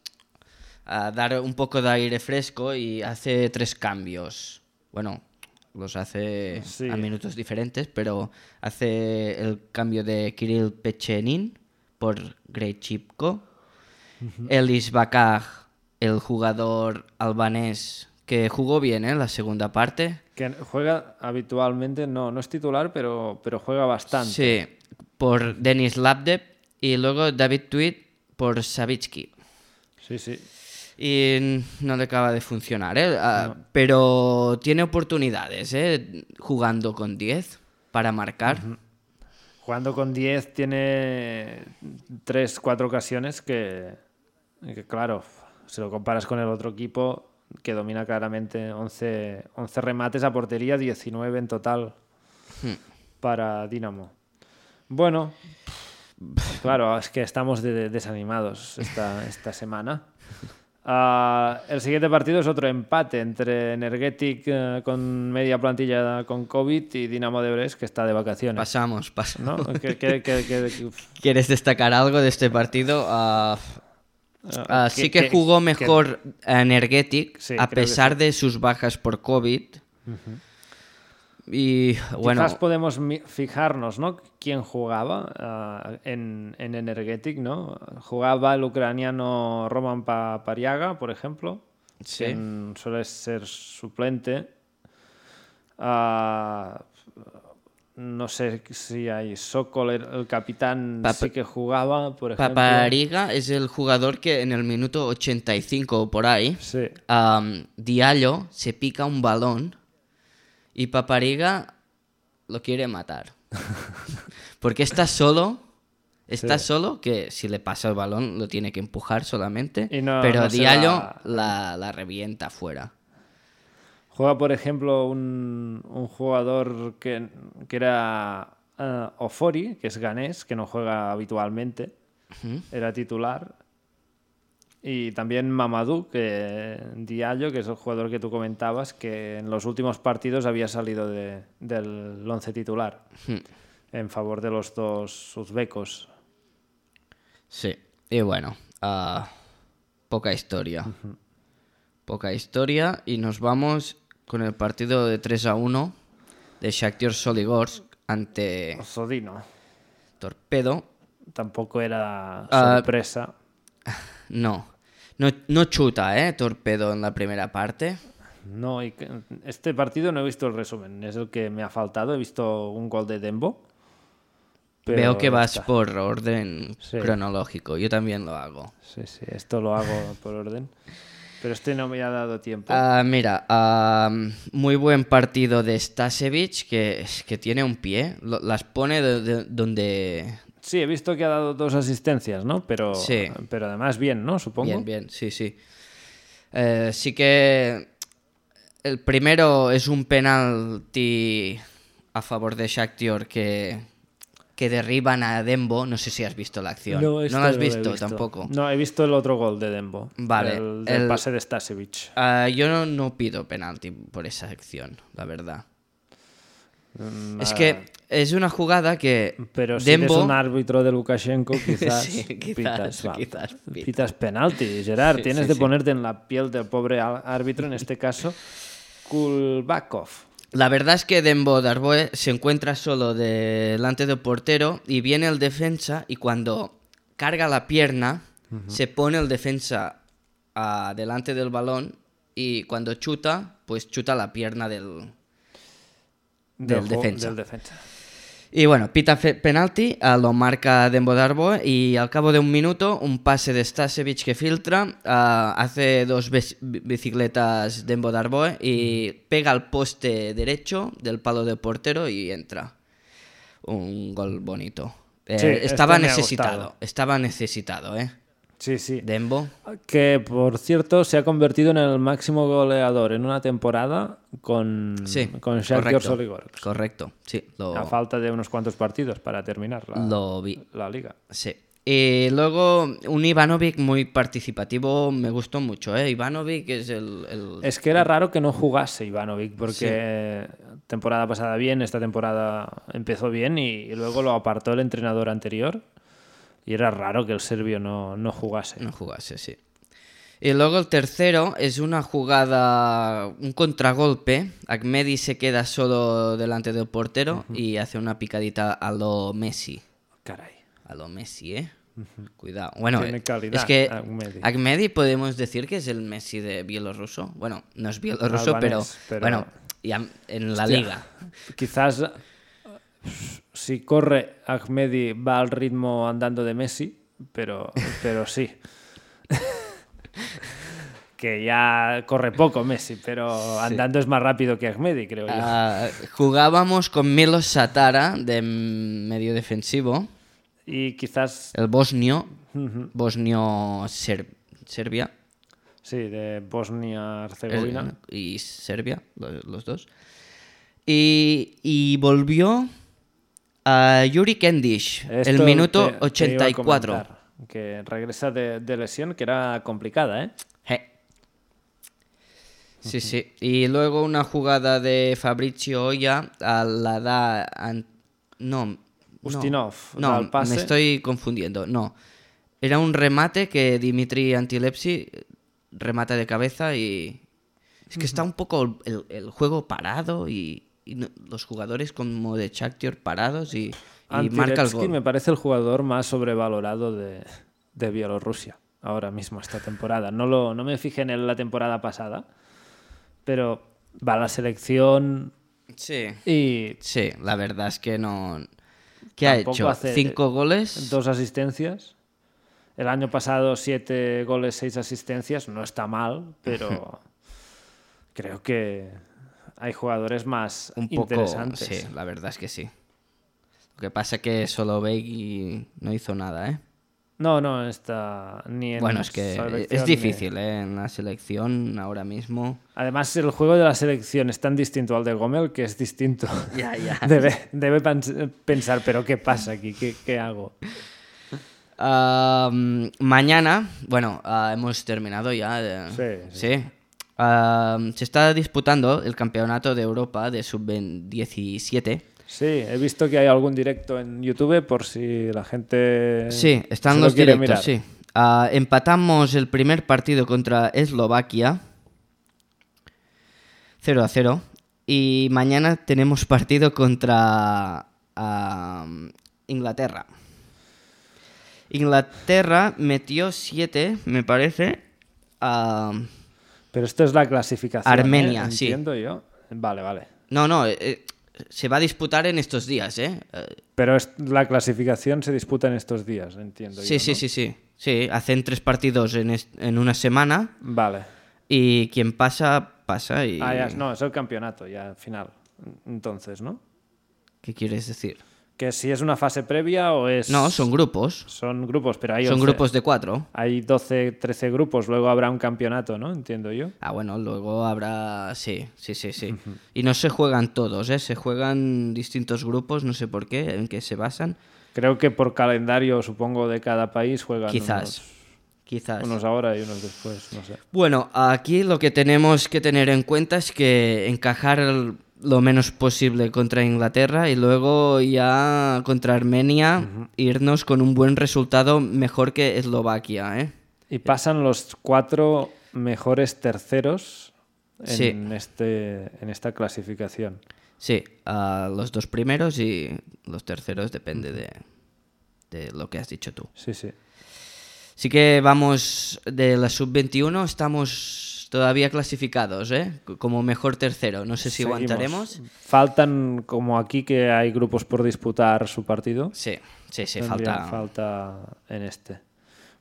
Speaker 2: a dar un poco de aire fresco y hace tres cambios. Bueno, los hace
Speaker 1: Sí.
Speaker 2: a minutos diferentes, pero hace el cambio de Kirill Pechenin por Grechipko. Elis Bakaj, el jugador albanés que jugó bien en la segunda parte.
Speaker 1: Que juega habitualmente, no, no es titular, pero, pero juega bastante.
Speaker 2: Sí, por Denis Labdev y luego David Tweed por Savitsky.
Speaker 1: Sí, sí.
Speaker 2: Y no le acaba de funcionar, ¿eh? Ah, pero tiene oportunidades, ¿eh? Jugando con 10 para marcar.
Speaker 1: Jugando con 10 tiene 3, 4 ocasiones que, que, claro, si lo comparas con el otro equipo que domina claramente 11, 11 remates a portería, 19 en total para Dinamo. Bueno, claro, es que estamos de- de- desanimados esta, esta semana. Ah, el siguiente partido es otro empate entre Energetic eh, con media plantilla con COVID y Dinamo de Brest que está de vacaciones.
Speaker 2: Pasamos, pasamos.
Speaker 1: ¿no? Que- que- que- que-
Speaker 2: ¿Quieres destacar algo de este partido? Ah, ah, sí
Speaker 1: que-
Speaker 2: que,
Speaker 1: que-
Speaker 2: jugó mejor Energetic,
Speaker 1: Sí, creo
Speaker 2: a
Speaker 1: que
Speaker 2: pesar de sus bajas por COVID. Y bueno,
Speaker 1: Quizás podemos mi- fijarnos, ¿no? ¿Quién jugaba ah, en, en Energetic, ¿no? Jugaba el ucraniano Roman Pa- Pariaga, por ejemplo,
Speaker 2: Sí.
Speaker 1: quien suele ser suplente. Ah, no sé si hay Sokol, el, el capitán,
Speaker 2: Papa-
Speaker 1: sí que jugaba, por ejemplo.
Speaker 2: Papariga es el jugador que en el minuto 85 o por ahí,
Speaker 1: Sí.
Speaker 2: am, Diallo se pica un balón y Papariga lo quiere matar. Porque está solo, está solo, que si le pasa el balón lo tiene que empujar solamente,
Speaker 1: Y no-
Speaker 2: pero
Speaker 1: no se
Speaker 2: Diallo
Speaker 1: la-
Speaker 2: la... la revienta fuera.
Speaker 1: Juega, por ejemplo, un, un jugador que, que era eh, Ofori, que es ganés, que no juega habitualmente. Era titular. Y también Mamadou, que Diallo, que es el jugador que tú comentabas, que en los últimos partidos había salido de- del once titular en favor de los dos uzbecos.
Speaker 2: Sí, y bueno, ah, poca historia. Poca historia y nos vamos con el partido de 3 a 1 de Shakhtar Soligorsk ante
Speaker 1: Zodino
Speaker 2: Torpedo.
Speaker 1: tampoco era
Speaker 2: Ah.
Speaker 1: sorpresa.
Speaker 2: No, no, no chuta, ¿eh? Torpedo en la primera parte.
Speaker 1: No, y que- este partido no he visto el resumen, es el que me ha faltado. He visto un gol de Dembo. pero
Speaker 2: Veo que
Speaker 1: ya
Speaker 2: vas
Speaker 1: está.
Speaker 2: por orden
Speaker 1: Sí.
Speaker 2: cronológico. Yo también lo hago.
Speaker 1: Sí, sí, esto lo hago por orden. Pero este no me ha dado tiempo.
Speaker 2: Ah, mira, am, muy buen partido de Stasevich, que, es que tiene un pie. Lo- las pone de- de- donde...
Speaker 1: Sí, he visto que ha dado dos asistencias, ¿no? Pero,
Speaker 2: Sí.
Speaker 1: pero además bien, ¿no? Supongo.
Speaker 2: Bien, bien, sí, sí. Eh, sí que el primero es un penalti a favor de Shakhtar que, que derriban a Dembo. No sé si has visto la acción. No,
Speaker 1: este
Speaker 2: la has
Speaker 1: lo he
Speaker 2: visto, tampoco.
Speaker 1: No, he visto el otro gol de Dembo.
Speaker 2: Vale,
Speaker 1: El, del
Speaker 2: el-
Speaker 1: pase de Stasevich.
Speaker 2: Ah, yo no, no pido penalti por esa acción, la verdad.
Speaker 1: Mm,
Speaker 2: Es
Speaker 1: ah,
Speaker 2: que es una jugada que
Speaker 1: Pero si eres
Speaker 2: Dembo
Speaker 1: un árbitro de Lukashenko, quizás,
Speaker 2: Sí, quizás,
Speaker 1: pitas, va,
Speaker 2: quizás pita.
Speaker 1: pitas penalti. Gerard,
Speaker 2: Sí,
Speaker 1: tienes
Speaker 2: sí,
Speaker 1: de
Speaker 2: sí.
Speaker 1: ponerte en la piel del pobre á- árbitro, en este caso, Kulbakov.
Speaker 2: La verdad es que Dembo Darboe se encuentra solo delante del portero y viene el defensa y cuando carga la pierna se pone el defensa ah, delante del balón y cuando chuta, pues chuta la pierna del... Del
Speaker 1: ju-
Speaker 2: defensa.
Speaker 1: del defensa.
Speaker 2: Y bueno, pita fe- penalti, ah, lo marca Dembo Darboe y al cabo de un minuto un pase de Stasevich que filtra, ah, hace dos bes- bi- bicicletas Dembo Darboe y pega al poste derecho del palo del portero y entra. Un gol bonito. Eh,
Speaker 1: Sí, este
Speaker 2: estaba
Speaker 1: me ha
Speaker 2: necesitado,
Speaker 1: gustado.
Speaker 2: estaba necesitado, ¿eh?
Speaker 1: Sí, sí.
Speaker 2: Dembo.
Speaker 1: Que por cierto se ha convertido en el máximo goleador en una temporada con,
Speaker 2: Sí,
Speaker 1: Mm, con Shakhtar
Speaker 2: correcto.
Speaker 1: Soligor.
Speaker 2: Correcto, sí, lo,
Speaker 1: A falta de unos cuantos partidos para terminar la,
Speaker 2: lo vi.
Speaker 1: la liga.
Speaker 2: Sí. Y luego un Ivanovic muy participativo, me gustó mucho, ¿eh? Ivanovic es el... el-
Speaker 1: Es que era raro que no jugase Ivanovic, porque temporada pasada bien, esta temporada empezó bien y, y luego lo apartó el entrenador anterior. Y era raro que el serbio no, no jugase.
Speaker 2: No jugase, sí. Y luego el tercero es una jugada, un contragolpe. Ahmedi se queda solo delante del portero y hace una picadita a lo Messi.
Speaker 1: Caray.
Speaker 2: A lo Messi, ¿eh? Cuidado. Bueno,
Speaker 1: Tiene
Speaker 2: eh,
Speaker 1: calidad,
Speaker 2: es que
Speaker 1: Ahmedi.
Speaker 2: Ahmedi podemos decir que es el Messi de bielorruso. Bueno, no es bielorruso, pero,
Speaker 1: Albanés, pero-
Speaker 2: bueno, ya en la
Speaker 1: Hostia.
Speaker 2: liga.
Speaker 1: Quizás si corre Ahmedi va al ritmo andando de Messi, pero, pero sí. que ya corre poco Messi, pero andando es más rápido que Ahmedi, creo yo.
Speaker 2: Ah, jugábamos con Milos Satara de medio defensivo,
Speaker 1: Y quizás,
Speaker 2: el bosnio, bosnio ser- Serbia
Speaker 1: sí, de Bosnia-Herzegovina.
Speaker 2: eh, y Serbia, lo- los, dos. Y, y volvió a Yuri Kendish, el
Speaker 1: Esto
Speaker 2: minuto
Speaker 1: te- te iba a
Speaker 2: 84.
Speaker 1: comentar, Que regresa de, de lesión, que era complicada, ¿eh?
Speaker 2: Je. Sí, sí. Y luego una jugada de Fabrizio Oya a la da. an- No. no.
Speaker 1: Ustinov, da
Speaker 2: No,
Speaker 1: el pase.
Speaker 2: me estoy confundiendo. No. Era un remate que Dimitri Antilepsi remata de cabeza y. Es que está un poco el, el juego parado y, y no- los jugadores como de Shakhtar parados y, y marca el
Speaker 1: Antirevski
Speaker 2: gol.
Speaker 1: me parece el jugador más sobrevalorado de, de Bielorrusia ahora mismo, esta temporada. No, lo, no me fijé en él la temporada pasada, pero va a la selección
Speaker 2: Sí.
Speaker 1: y
Speaker 2: Sí, la verdad es que no. ¿Qué ha
Speaker 1: Tampoco
Speaker 2: hecho?
Speaker 1: hace-
Speaker 2: ¿Cinco goles?
Speaker 1: dos asistencias. El año pasado siete goles, seis asistencias. No está mal, pero creo que hay jugadores más
Speaker 2: un poco
Speaker 1: interesantes.
Speaker 2: Sí, la verdad es que sí. Lo que pasa es que Solovey no hizo nada, ¿eh?
Speaker 1: No, no está ni en
Speaker 2: Bueno, es que
Speaker 1: selección
Speaker 2: es
Speaker 1: ni-
Speaker 2: difícil, ¿eh? En la selección ahora mismo.
Speaker 1: Además, el juego de la selección es tan distinto al de Gomel que es distinto.
Speaker 2: Ya, ya.
Speaker 1: Debe, debe pens- pensar, pero ¿qué pasa aquí? ¿Qué, qué hago?
Speaker 2: mañana, bueno, ah, hemos terminado ya. eh,
Speaker 1: Sí,
Speaker 2: Ah, se está disputando el campeonato de Europa de sub-17.
Speaker 1: Sí, he visto que hay algún directo en YouTube por si la gente.
Speaker 2: Sí,
Speaker 1: se
Speaker 2: están
Speaker 1: lo
Speaker 2: los
Speaker 1: quiere
Speaker 2: directos,
Speaker 1: mirar.
Speaker 2: sí. Ah, empatamos el primer partido contra Eslovaquia 0 a 0 y mañana tenemos partido contra ah, Inglaterra. Inglaterra metió 7, me parece. ah,
Speaker 1: Pero esto es la clasificación.
Speaker 2: Armenia,
Speaker 1: ¿eh?
Speaker 2: sí.
Speaker 1: Entiendo yo. Vale, vale.
Speaker 2: No, no, eh, eh, se va a disputar en estos días, ¿eh? Eh,
Speaker 1: Pero es- la clasificación se disputa en estos días, entiendo
Speaker 2: sí,
Speaker 1: yo,
Speaker 2: sí,
Speaker 1: ¿no?
Speaker 2: sí, sí. Sí, hacen tres partidos en, est- en una semana
Speaker 1: Vale.
Speaker 2: y quien pasa, pasa. Y...
Speaker 1: Ah, ya, no, es el campeonato, ya, final. Entonces, ¿no?
Speaker 2: ¿Qué quieres decir?
Speaker 1: Que si es una fase previa o es...
Speaker 2: No, son grupos.
Speaker 1: Son grupos, pero hay
Speaker 2: Son
Speaker 1: 11.
Speaker 2: grupos de cuatro.
Speaker 1: Hay 12, 13 grupos, luego habrá un campeonato, ¿no? Entiendo yo.
Speaker 2: Ah, bueno, luego habrá. Sí, sí, sí, sí. Y no se juegan todos, ¿eh? Se juegan distintos grupos, no sé por qué, en qué se basan.
Speaker 1: Creo que por calendario, supongo, de cada país juegan
Speaker 2: Quizás. Quizás.
Speaker 1: unos, unos ahora y unos después, no sé.
Speaker 2: Bueno, aquí lo que tenemos que tener en cuenta es que encajar el- lo menos posible contra Inglaterra y luego ya contra Armenia irnos con un buen resultado mejor que Eslovaquia, ¿eh?
Speaker 1: Y pasan los cuatro mejores terceros en,
Speaker 2: Sí.
Speaker 1: este, en esta clasificación.
Speaker 2: Sí, ah, los dos primeros y los terceros depende de, de lo que has dicho tú.
Speaker 1: Sí, sí.
Speaker 2: Así que vamos de la sub-21, estamos todavía clasificados, ¿eh? C- Como mejor tercero. No sé si
Speaker 1: Seguimos.
Speaker 2: aguantaremos.
Speaker 1: Faltan, como aquí, que hay grupos por disputar su partido.
Speaker 2: Sí, sí, sí,
Speaker 1: También
Speaker 2: falta.
Speaker 1: falta en este.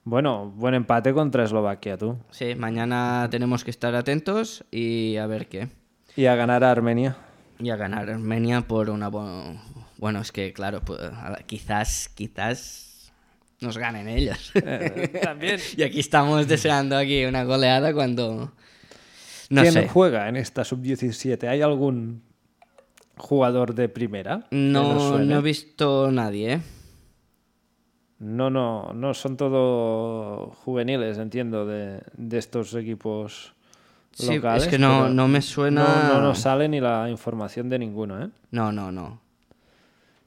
Speaker 1: Bueno, buen empate contra Eslovaquia, tú.
Speaker 2: Sí, mañana tenemos que estar atentos y a ver qué.
Speaker 1: Y a ganar a Armenia.
Speaker 2: Y a ganar Armenia por una bu- Bueno, es que claro, pu- a la- quizás, quizás nos ganen ellos.
Speaker 1: También.
Speaker 2: y aquí
Speaker 1: Mm.
Speaker 2: estamos deseando aquí una goleada cuando... No
Speaker 1: ¿Quién
Speaker 2: sé.
Speaker 1: juega en esta sub-17? ¿Hay algún jugador de primera? que nos
Speaker 2: No,
Speaker 1: suene?
Speaker 2: no he visto nadie, ¿eh?
Speaker 1: No, no, no, son todo juveniles, entiendo, de, de estos equipos
Speaker 2: Sí,
Speaker 1: locales.
Speaker 2: es que no,
Speaker 1: pero
Speaker 2: no me suena...
Speaker 1: No, no nos sale ni la información de ninguno, ¿eh?
Speaker 2: No, no, no.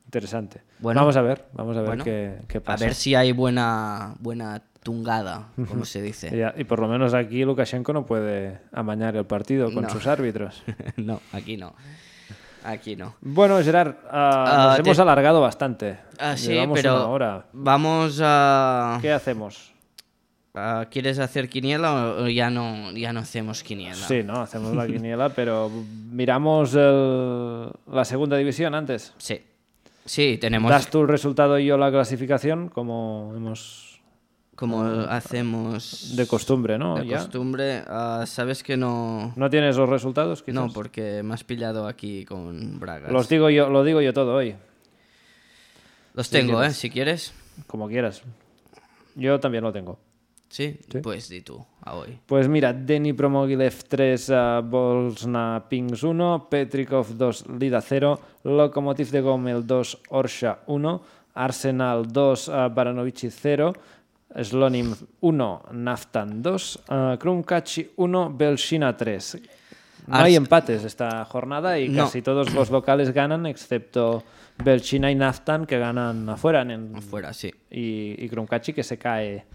Speaker 1: Interesante.
Speaker 2: Bueno.
Speaker 1: vamos a ver, vamos a ver
Speaker 2: Bueno.
Speaker 1: qué, qué
Speaker 2: A
Speaker 1: pasa.
Speaker 2: ver si hay buena, buena tungada, como se dice.
Speaker 1: Ya, y por lo menos aquí Lukashenko no puede amañar el partido con
Speaker 2: No.
Speaker 1: sus árbitros.
Speaker 2: no, aquí no. Aquí no.
Speaker 1: Bueno, Gerard, ah,
Speaker 2: Ah,
Speaker 1: nos
Speaker 2: te-
Speaker 1: hemos alargado bastante.
Speaker 2: Ah, sí,
Speaker 1: Llevamos
Speaker 2: pero
Speaker 1: una hora.
Speaker 2: vamos a...
Speaker 1: ¿Qué hacemos?
Speaker 2: a- ¿Quieres hacer quiniela o- o ya no, ya no hacemos quiniela?
Speaker 1: Sí, ¿no? Hacemos la quiniela, pero miramos el- la segunda división antes.
Speaker 2: Sí, Sí, tenemos...
Speaker 1: Das tú el resultado y yo la clasificación, como hemos
Speaker 2: Como hacemos
Speaker 1: de costumbre, ¿no?
Speaker 2: de
Speaker 1: Oh, Ya.
Speaker 2: costumbre, ah, sabes que no...
Speaker 1: ¿No tienes los resultados? Quizás?
Speaker 2: No, porque me has pillado aquí con bragas.
Speaker 1: los digo yo, lo digo yo todo hoy,
Speaker 2: Los tengo, ¿eh? Si quieres.
Speaker 1: como quieras. Yo también lo tengo.
Speaker 2: ¿Sí?
Speaker 1: Sí.
Speaker 2: Pues di tú, a hoy.
Speaker 1: Pues mira, Deni Promogilev 3, eh, Bolsna Pings 1, Petrikov 2, Lida 0, Lokomotiv de Gomel 2, Orsha 1, Arsenal 2, eh, Baranovici 0, Slonim 1, Naftan 2, eh, Krumkachi 1, Belshina 3. No
Speaker 2: Ars-
Speaker 1: hay empates esta jornada y
Speaker 2: No.
Speaker 1: casi todos los locales ganan, excepto Belchina y Naftan que ganan afuera en el-
Speaker 2: Fuera, sí.
Speaker 1: y, y Krumkachi que se cae.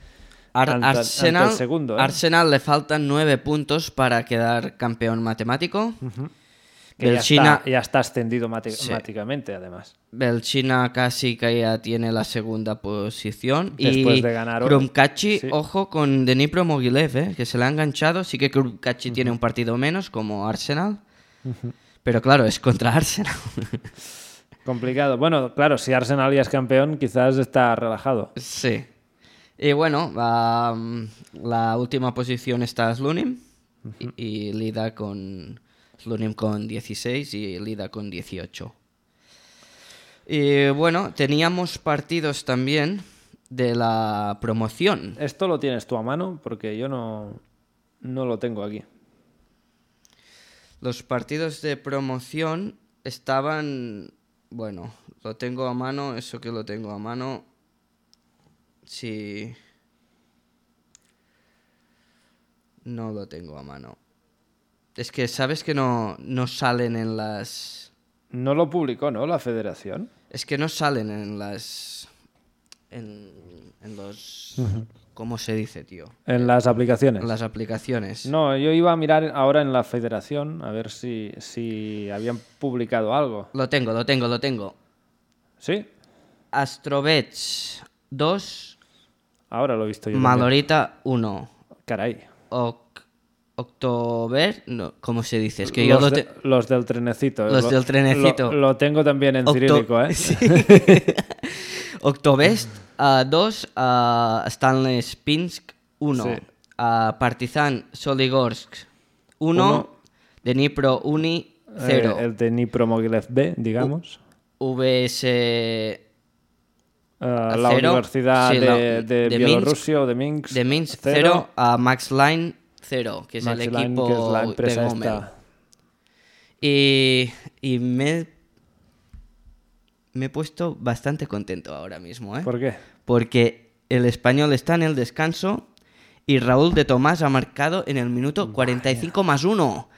Speaker 2: Ar-
Speaker 1: Ante- ante el
Speaker 2: Arsenal,
Speaker 1: segundo, ¿eh?
Speaker 2: Arsenal le faltan nueve puntos para quedar campeón matemático.
Speaker 1: Que ya
Speaker 2: Belchina,
Speaker 1: está, ya está ascendido mate- matemáticamente, además.
Speaker 2: Belchina casi que ya tiene la segunda posición. y
Speaker 1: Después de ganar hoy.
Speaker 2: Krumkachi,
Speaker 1: Sí.
Speaker 2: ojo con Dnipro Mogilev, ¿eh? que se le ha enganchado. Sí que Krumkachi tiene un partido menos como Arsenal. Pero claro, es contra Arsenal.
Speaker 1: Complicado. Bueno, claro, si Arsenal ya es campeón, quizás está relajado.
Speaker 2: sí. Y bueno, va, mm, la última posición está Slunim. y- y, Lida con. Slunim con 16 y Lida con 18. Y bueno, teníamos partidos también de la promoción.
Speaker 1: Esto lo tienes tú a mano porque yo no, no lo tengo aquí.
Speaker 2: Los partidos de promoción estaban. Bueno, lo tengo a mano, eso que lo tengo a mano. Sí. No lo tengo a mano. Es que sabes que no, no salen en las.
Speaker 1: No lo publicó, ¿no? La federación.
Speaker 2: Es que no salen en las. En, en los. ¿Cómo se dice, tío?
Speaker 1: En las aplicaciones.
Speaker 2: En las aplicaciones.
Speaker 1: No, yo iba a mirar ahora en la federación a ver si, si habían publicado algo.
Speaker 2: Lo tengo, lo tengo, lo tengo.
Speaker 1: Sí,
Speaker 2: Astrobets 2,
Speaker 1: ahora lo he visto yo. también.
Speaker 2: Malorita 1,
Speaker 1: Caray.
Speaker 2: Oc October, no, ¿cómo se dice? Es que yo
Speaker 1: los,
Speaker 2: lo
Speaker 1: de-
Speaker 2: te-
Speaker 1: los del trenecito.
Speaker 2: Los
Speaker 1: Lo-
Speaker 2: del trenecito.
Speaker 1: Lo, lo tengo también en
Speaker 2: Octo-
Speaker 1: cirílico, ¿eh?
Speaker 2: Sí. Oktoberfest 2, Stanley Spinsk 1,
Speaker 1: Sí.
Speaker 2: Partizan Soligorsk 1,
Speaker 1: Uno.
Speaker 2: Dnipro Uni
Speaker 1: Eh,
Speaker 2: 0,
Speaker 1: el de Nipro Mogilev B,
Speaker 2: Uh.
Speaker 1: digamos.
Speaker 2: VS...
Speaker 1: Eh, la
Speaker 2: Ah, cero.
Speaker 1: Universidad
Speaker 2: Sí,
Speaker 1: de,
Speaker 2: la-
Speaker 1: de
Speaker 2: de Minsk.
Speaker 1: Bielorrusia o de Minsk.
Speaker 2: de Minsk 0, a Max Line 0, que es el
Speaker 1: Max Line,
Speaker 2: equipo
Speaker 1: que es la
Speaker 2: de
Speaker 1: empresa
Speaker 2: Gomel.
Speaker 1: esta.
Speaker 2: Y, Eh, y me, me he puesto bastante contento ahora mismo, ¿eh?
Speaker 1: ¿Por qué?
Speaker 2: porque el español está en el descanso y Raúl de Tomás ha marcado en el minuto 45 más 1.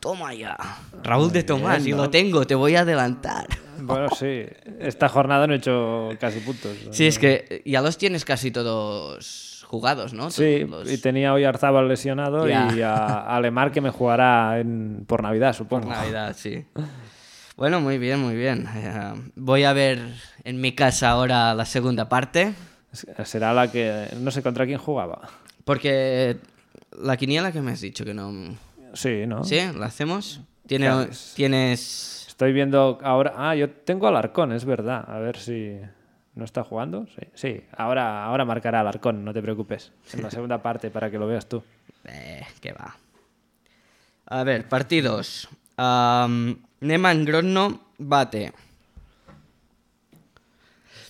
Speaker 2: Toma ya. Raúl de Tomás, y lo tengo, te voy a adelantar.
Speaker 1: Bueno, sí. Esta jornada no he hecho casi puntos.
Speaker 2: Sí, es que ya los tienes casi todos jugados, ¿no?
Speaker 1: Sí,
Speaker 2: Los-
Speaker 1: y tenía hoy a Arzábal lesionado
Speaker 2: Ya.
Speaker 1: y a Alemar que me jugará en- por Navidad,
Speaker 2: Por
Speaker 1: supongo.
Speaker 2: Navidad, sí. Bueno, muy bien, muy bien. Eh, voy a ver en mi casa ahora la segunda parte,
Speaker 1: Será la que. No sé contra quién jugaba.
Speaker 2: porque la quiniela que me has dicho que no...
Speaker 1: Sí, ¿no?
Speaker 2: ¿Sí? ¿La hacemos? Tiene-
Speaker 1: Claro.
Speaker 2: tienes...
Speaker 1: Estoy viendo ahora. Ah, yo tengo a Alarcón, es verdad. A ver si. ¿No está jugando? Sí, sí. Ahora, ahora marcará Alarcón, no te preocupes. En la segunda parte para que lo veas tú.
Speaker 2: Eh, que va. A ver, partidos. Am, Neman Grodno bate.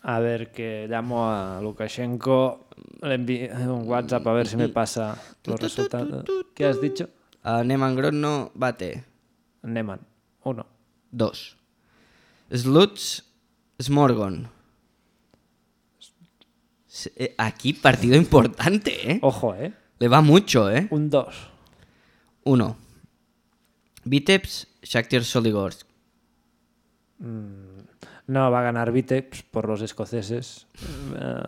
Speaker 1: A ver, que llamo a Lukashenko, le envío un WhatsApp a ver si me pasa los resultados. ¿Qué has dicho?
Speaker 2: A Neman Grodno bate.
Speaker 1: Neman, uno.
Speaker 2: 2. Sluts Smorgon. S- eh, Aquí partido importante, ¿eh?
Speaker 1: Ojo, ¿eh?
Speaker 2: Le va mucho, ¿eh?
Speaker 1: Un dos.
Speaker 2: 1. Vitebs Shakhtar Soligorsk.
Speaker 1: No, va a ganar Vitebs por los escoceses. Eh,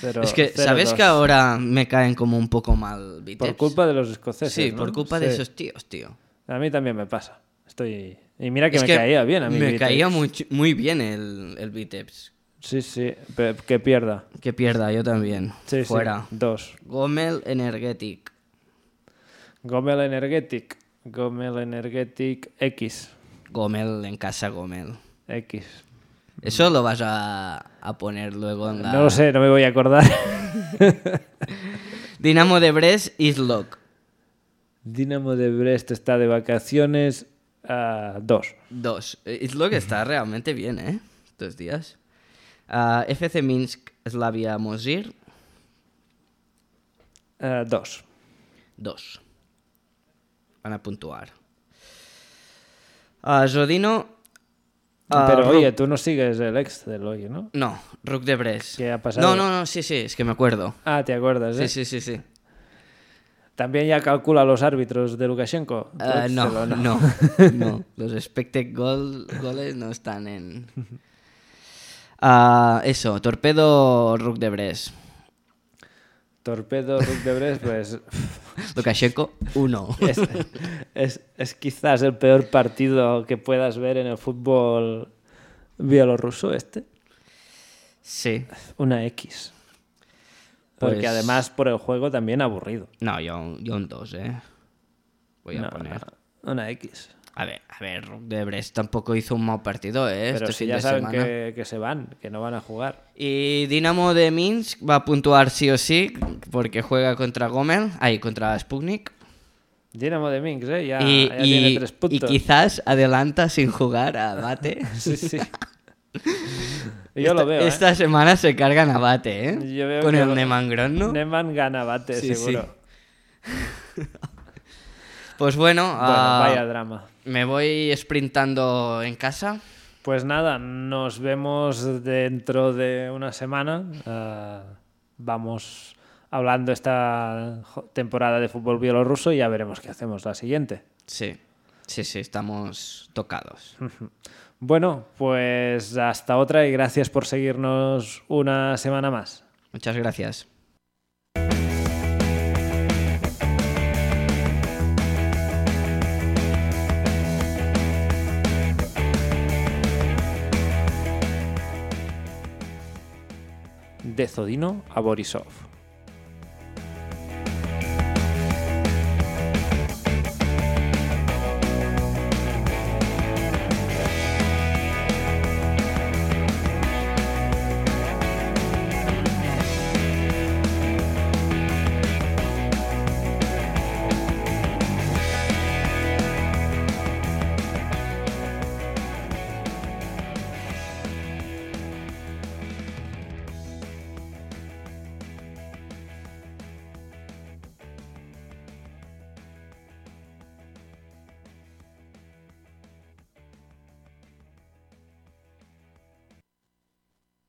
Speaker 1: cero-
Speaker 2: es que,
Speaker 1: cero
Speaker 2: ¿sabes
Speaker 1: dos.
Speaker 2: que ahora me caen como un poco mal Vitebs?
Speaker 1: Por culpa de los escoceses.
Speaker 2: Sí,
Speaker 1: ¿no?
Speaker 2: por culpa de
Speaker 1: Sí.
Speaker 2: esos tíos, tío.
Speaker 1: A mí también me pasa. Estoy. Y mira que
Speaker 2: Es
Speaker 1: me caía bien a mí.
Speaker 2: Me
Speaker 1: Vitebs.
Speaker 2: caía muy, chi- muy bien el, el Vitebs.
Speaker 1: Sí, sí. pe- Que pierda.
Speaker 2: Que pierda, yo también.
Speaker 1: Sí,
Speaker 2: Fuera.
Speaker 1: sí. Dos.
Speaker 2: Gomel Energetic.
Speaker 1: Gomel Energetic. Gomel Energetic X.
Speaker 2: Gomel en casa, Gomel.
Speaker 1: X.
Speaker 2: Eso lo vas a, a poner luego en la.
Speaker 1: No lo sé, no me voy a acordar.
Speaker 2: Dinamo de Brest, Islok.
Speaker 1: Dinamo de Brest está de vacaciones. ah, dos.
Speaker 2: Dos. Eh, Islok está realmente bien, ¿eh? Dos días. Ah, FC Minsk, Slavia Mosir.
Speaker 1: Ah, dos.
Speaker 2: Dos. Van a puntuar. Ah, Jodino. ah,
Speaker 1: Pero
Speaker 2: Ru-
Speaker 1: oye, tú no sigues el ex del hoy, ¿no?
Speaker 2: No, Rook de Bres.
Speaker 1: ¿Qué ha pasado?
Speaker 2: No, no, no, sí, sí, es que me acuerdo.
Speaker 1: Ah, te acuerdas,
Speaker 2: Sí,
Speaker 1: ¿eh?
Speaker 2: sí, sí, sí.
Speaker 1: También ya calcula los árbitros de Lukashenko.
Speaker 2: Eh, no,
Speaker 1: Tóxelo,
Speaker 2: no, no, Los expected goal- goles no están en... Ah, eso, torpedo Rook de Bres.
Speaker 1: Torpedo Rook de Brest, pues
Speaker 2: Lukashenko, uno.
Speaker 1: es, es- es quizás el peor partido que puedas ver en el fútbol bielorruso este.
Speaker 2: Sí.
Speaker 1: Una X. Porque
Speaker 2: Pues-
Speaker 1: además por el juego también aburrido.
Speaker 2: No, yo, un- yo un dos, ¿eh? Voy a
Speaker 1: No,
Speaker 2: poner...
Speaker 1: no, una X.
Speaker 2: A ver, a ver, Rook de Bres tampoco hizo un mal partido, ¿eh?
Speaker 1: Pero
Speaker 2: este
Speaker 1: si
Speaker 2: fin
Speaker 1: ya
Speaker 2: de
Speaker 1: saben
Speaker 2: semana.
Speaker 1: que, que se van, que no van a jugar.
Speaker 2: Y Dinamo de Minsk va a puntuar sí o sí porque juega contra Gomel, ahí contra Sputnik.
Speaker 1: Dinamo de Minsk, ¿eh? Ya,
Speaker 2: y,
Speaker 1: ya
Speaker 2: y-
Speaker 1: tiene tres
Speaker 2: y
Speaker 1: puntos.
Speaker 2: quizás adelanta sin jugar a Bate.
Speaker 1: Sí, sí. Yo lo
Speaker 2: Esta-
Speaker 1: veo. ¿eh?
Speaker 2: Esta semana se cargan a Bate, ¿eh?
Speaker 1: Yo veo
Speaker 2: Con
Speaker 1: que
Speaker 2: el
Speaker 1: lo-
Speaker 2: Nemangron, ¿no?
Speaker 1: Neman gana bate,
Speaker 2: Sí, sí.
Speaker 1: seguro.
Speaker 2: Pues bueno,
Speaker 1: Bueno,
Speaker 2: ah,
Speaker 1: vaya drama.
Speaker 2: me voy sprintando en casa.
Speaker 1: Pues nada, nos vemos dentro de una semana. Ah, vamos hablando esta jo- temporada de fútbol bielorruso y ya veremos qué hacemos la siguiente.
Speaker 2: Sí, sí, sí, estamos tocados.
Speaker 1: Bueno, pues hasta otra y gracias por seguirnos una semana más.
Speaker 2: Muchas gracias.
Speaker 1: De Zodino a Borisov.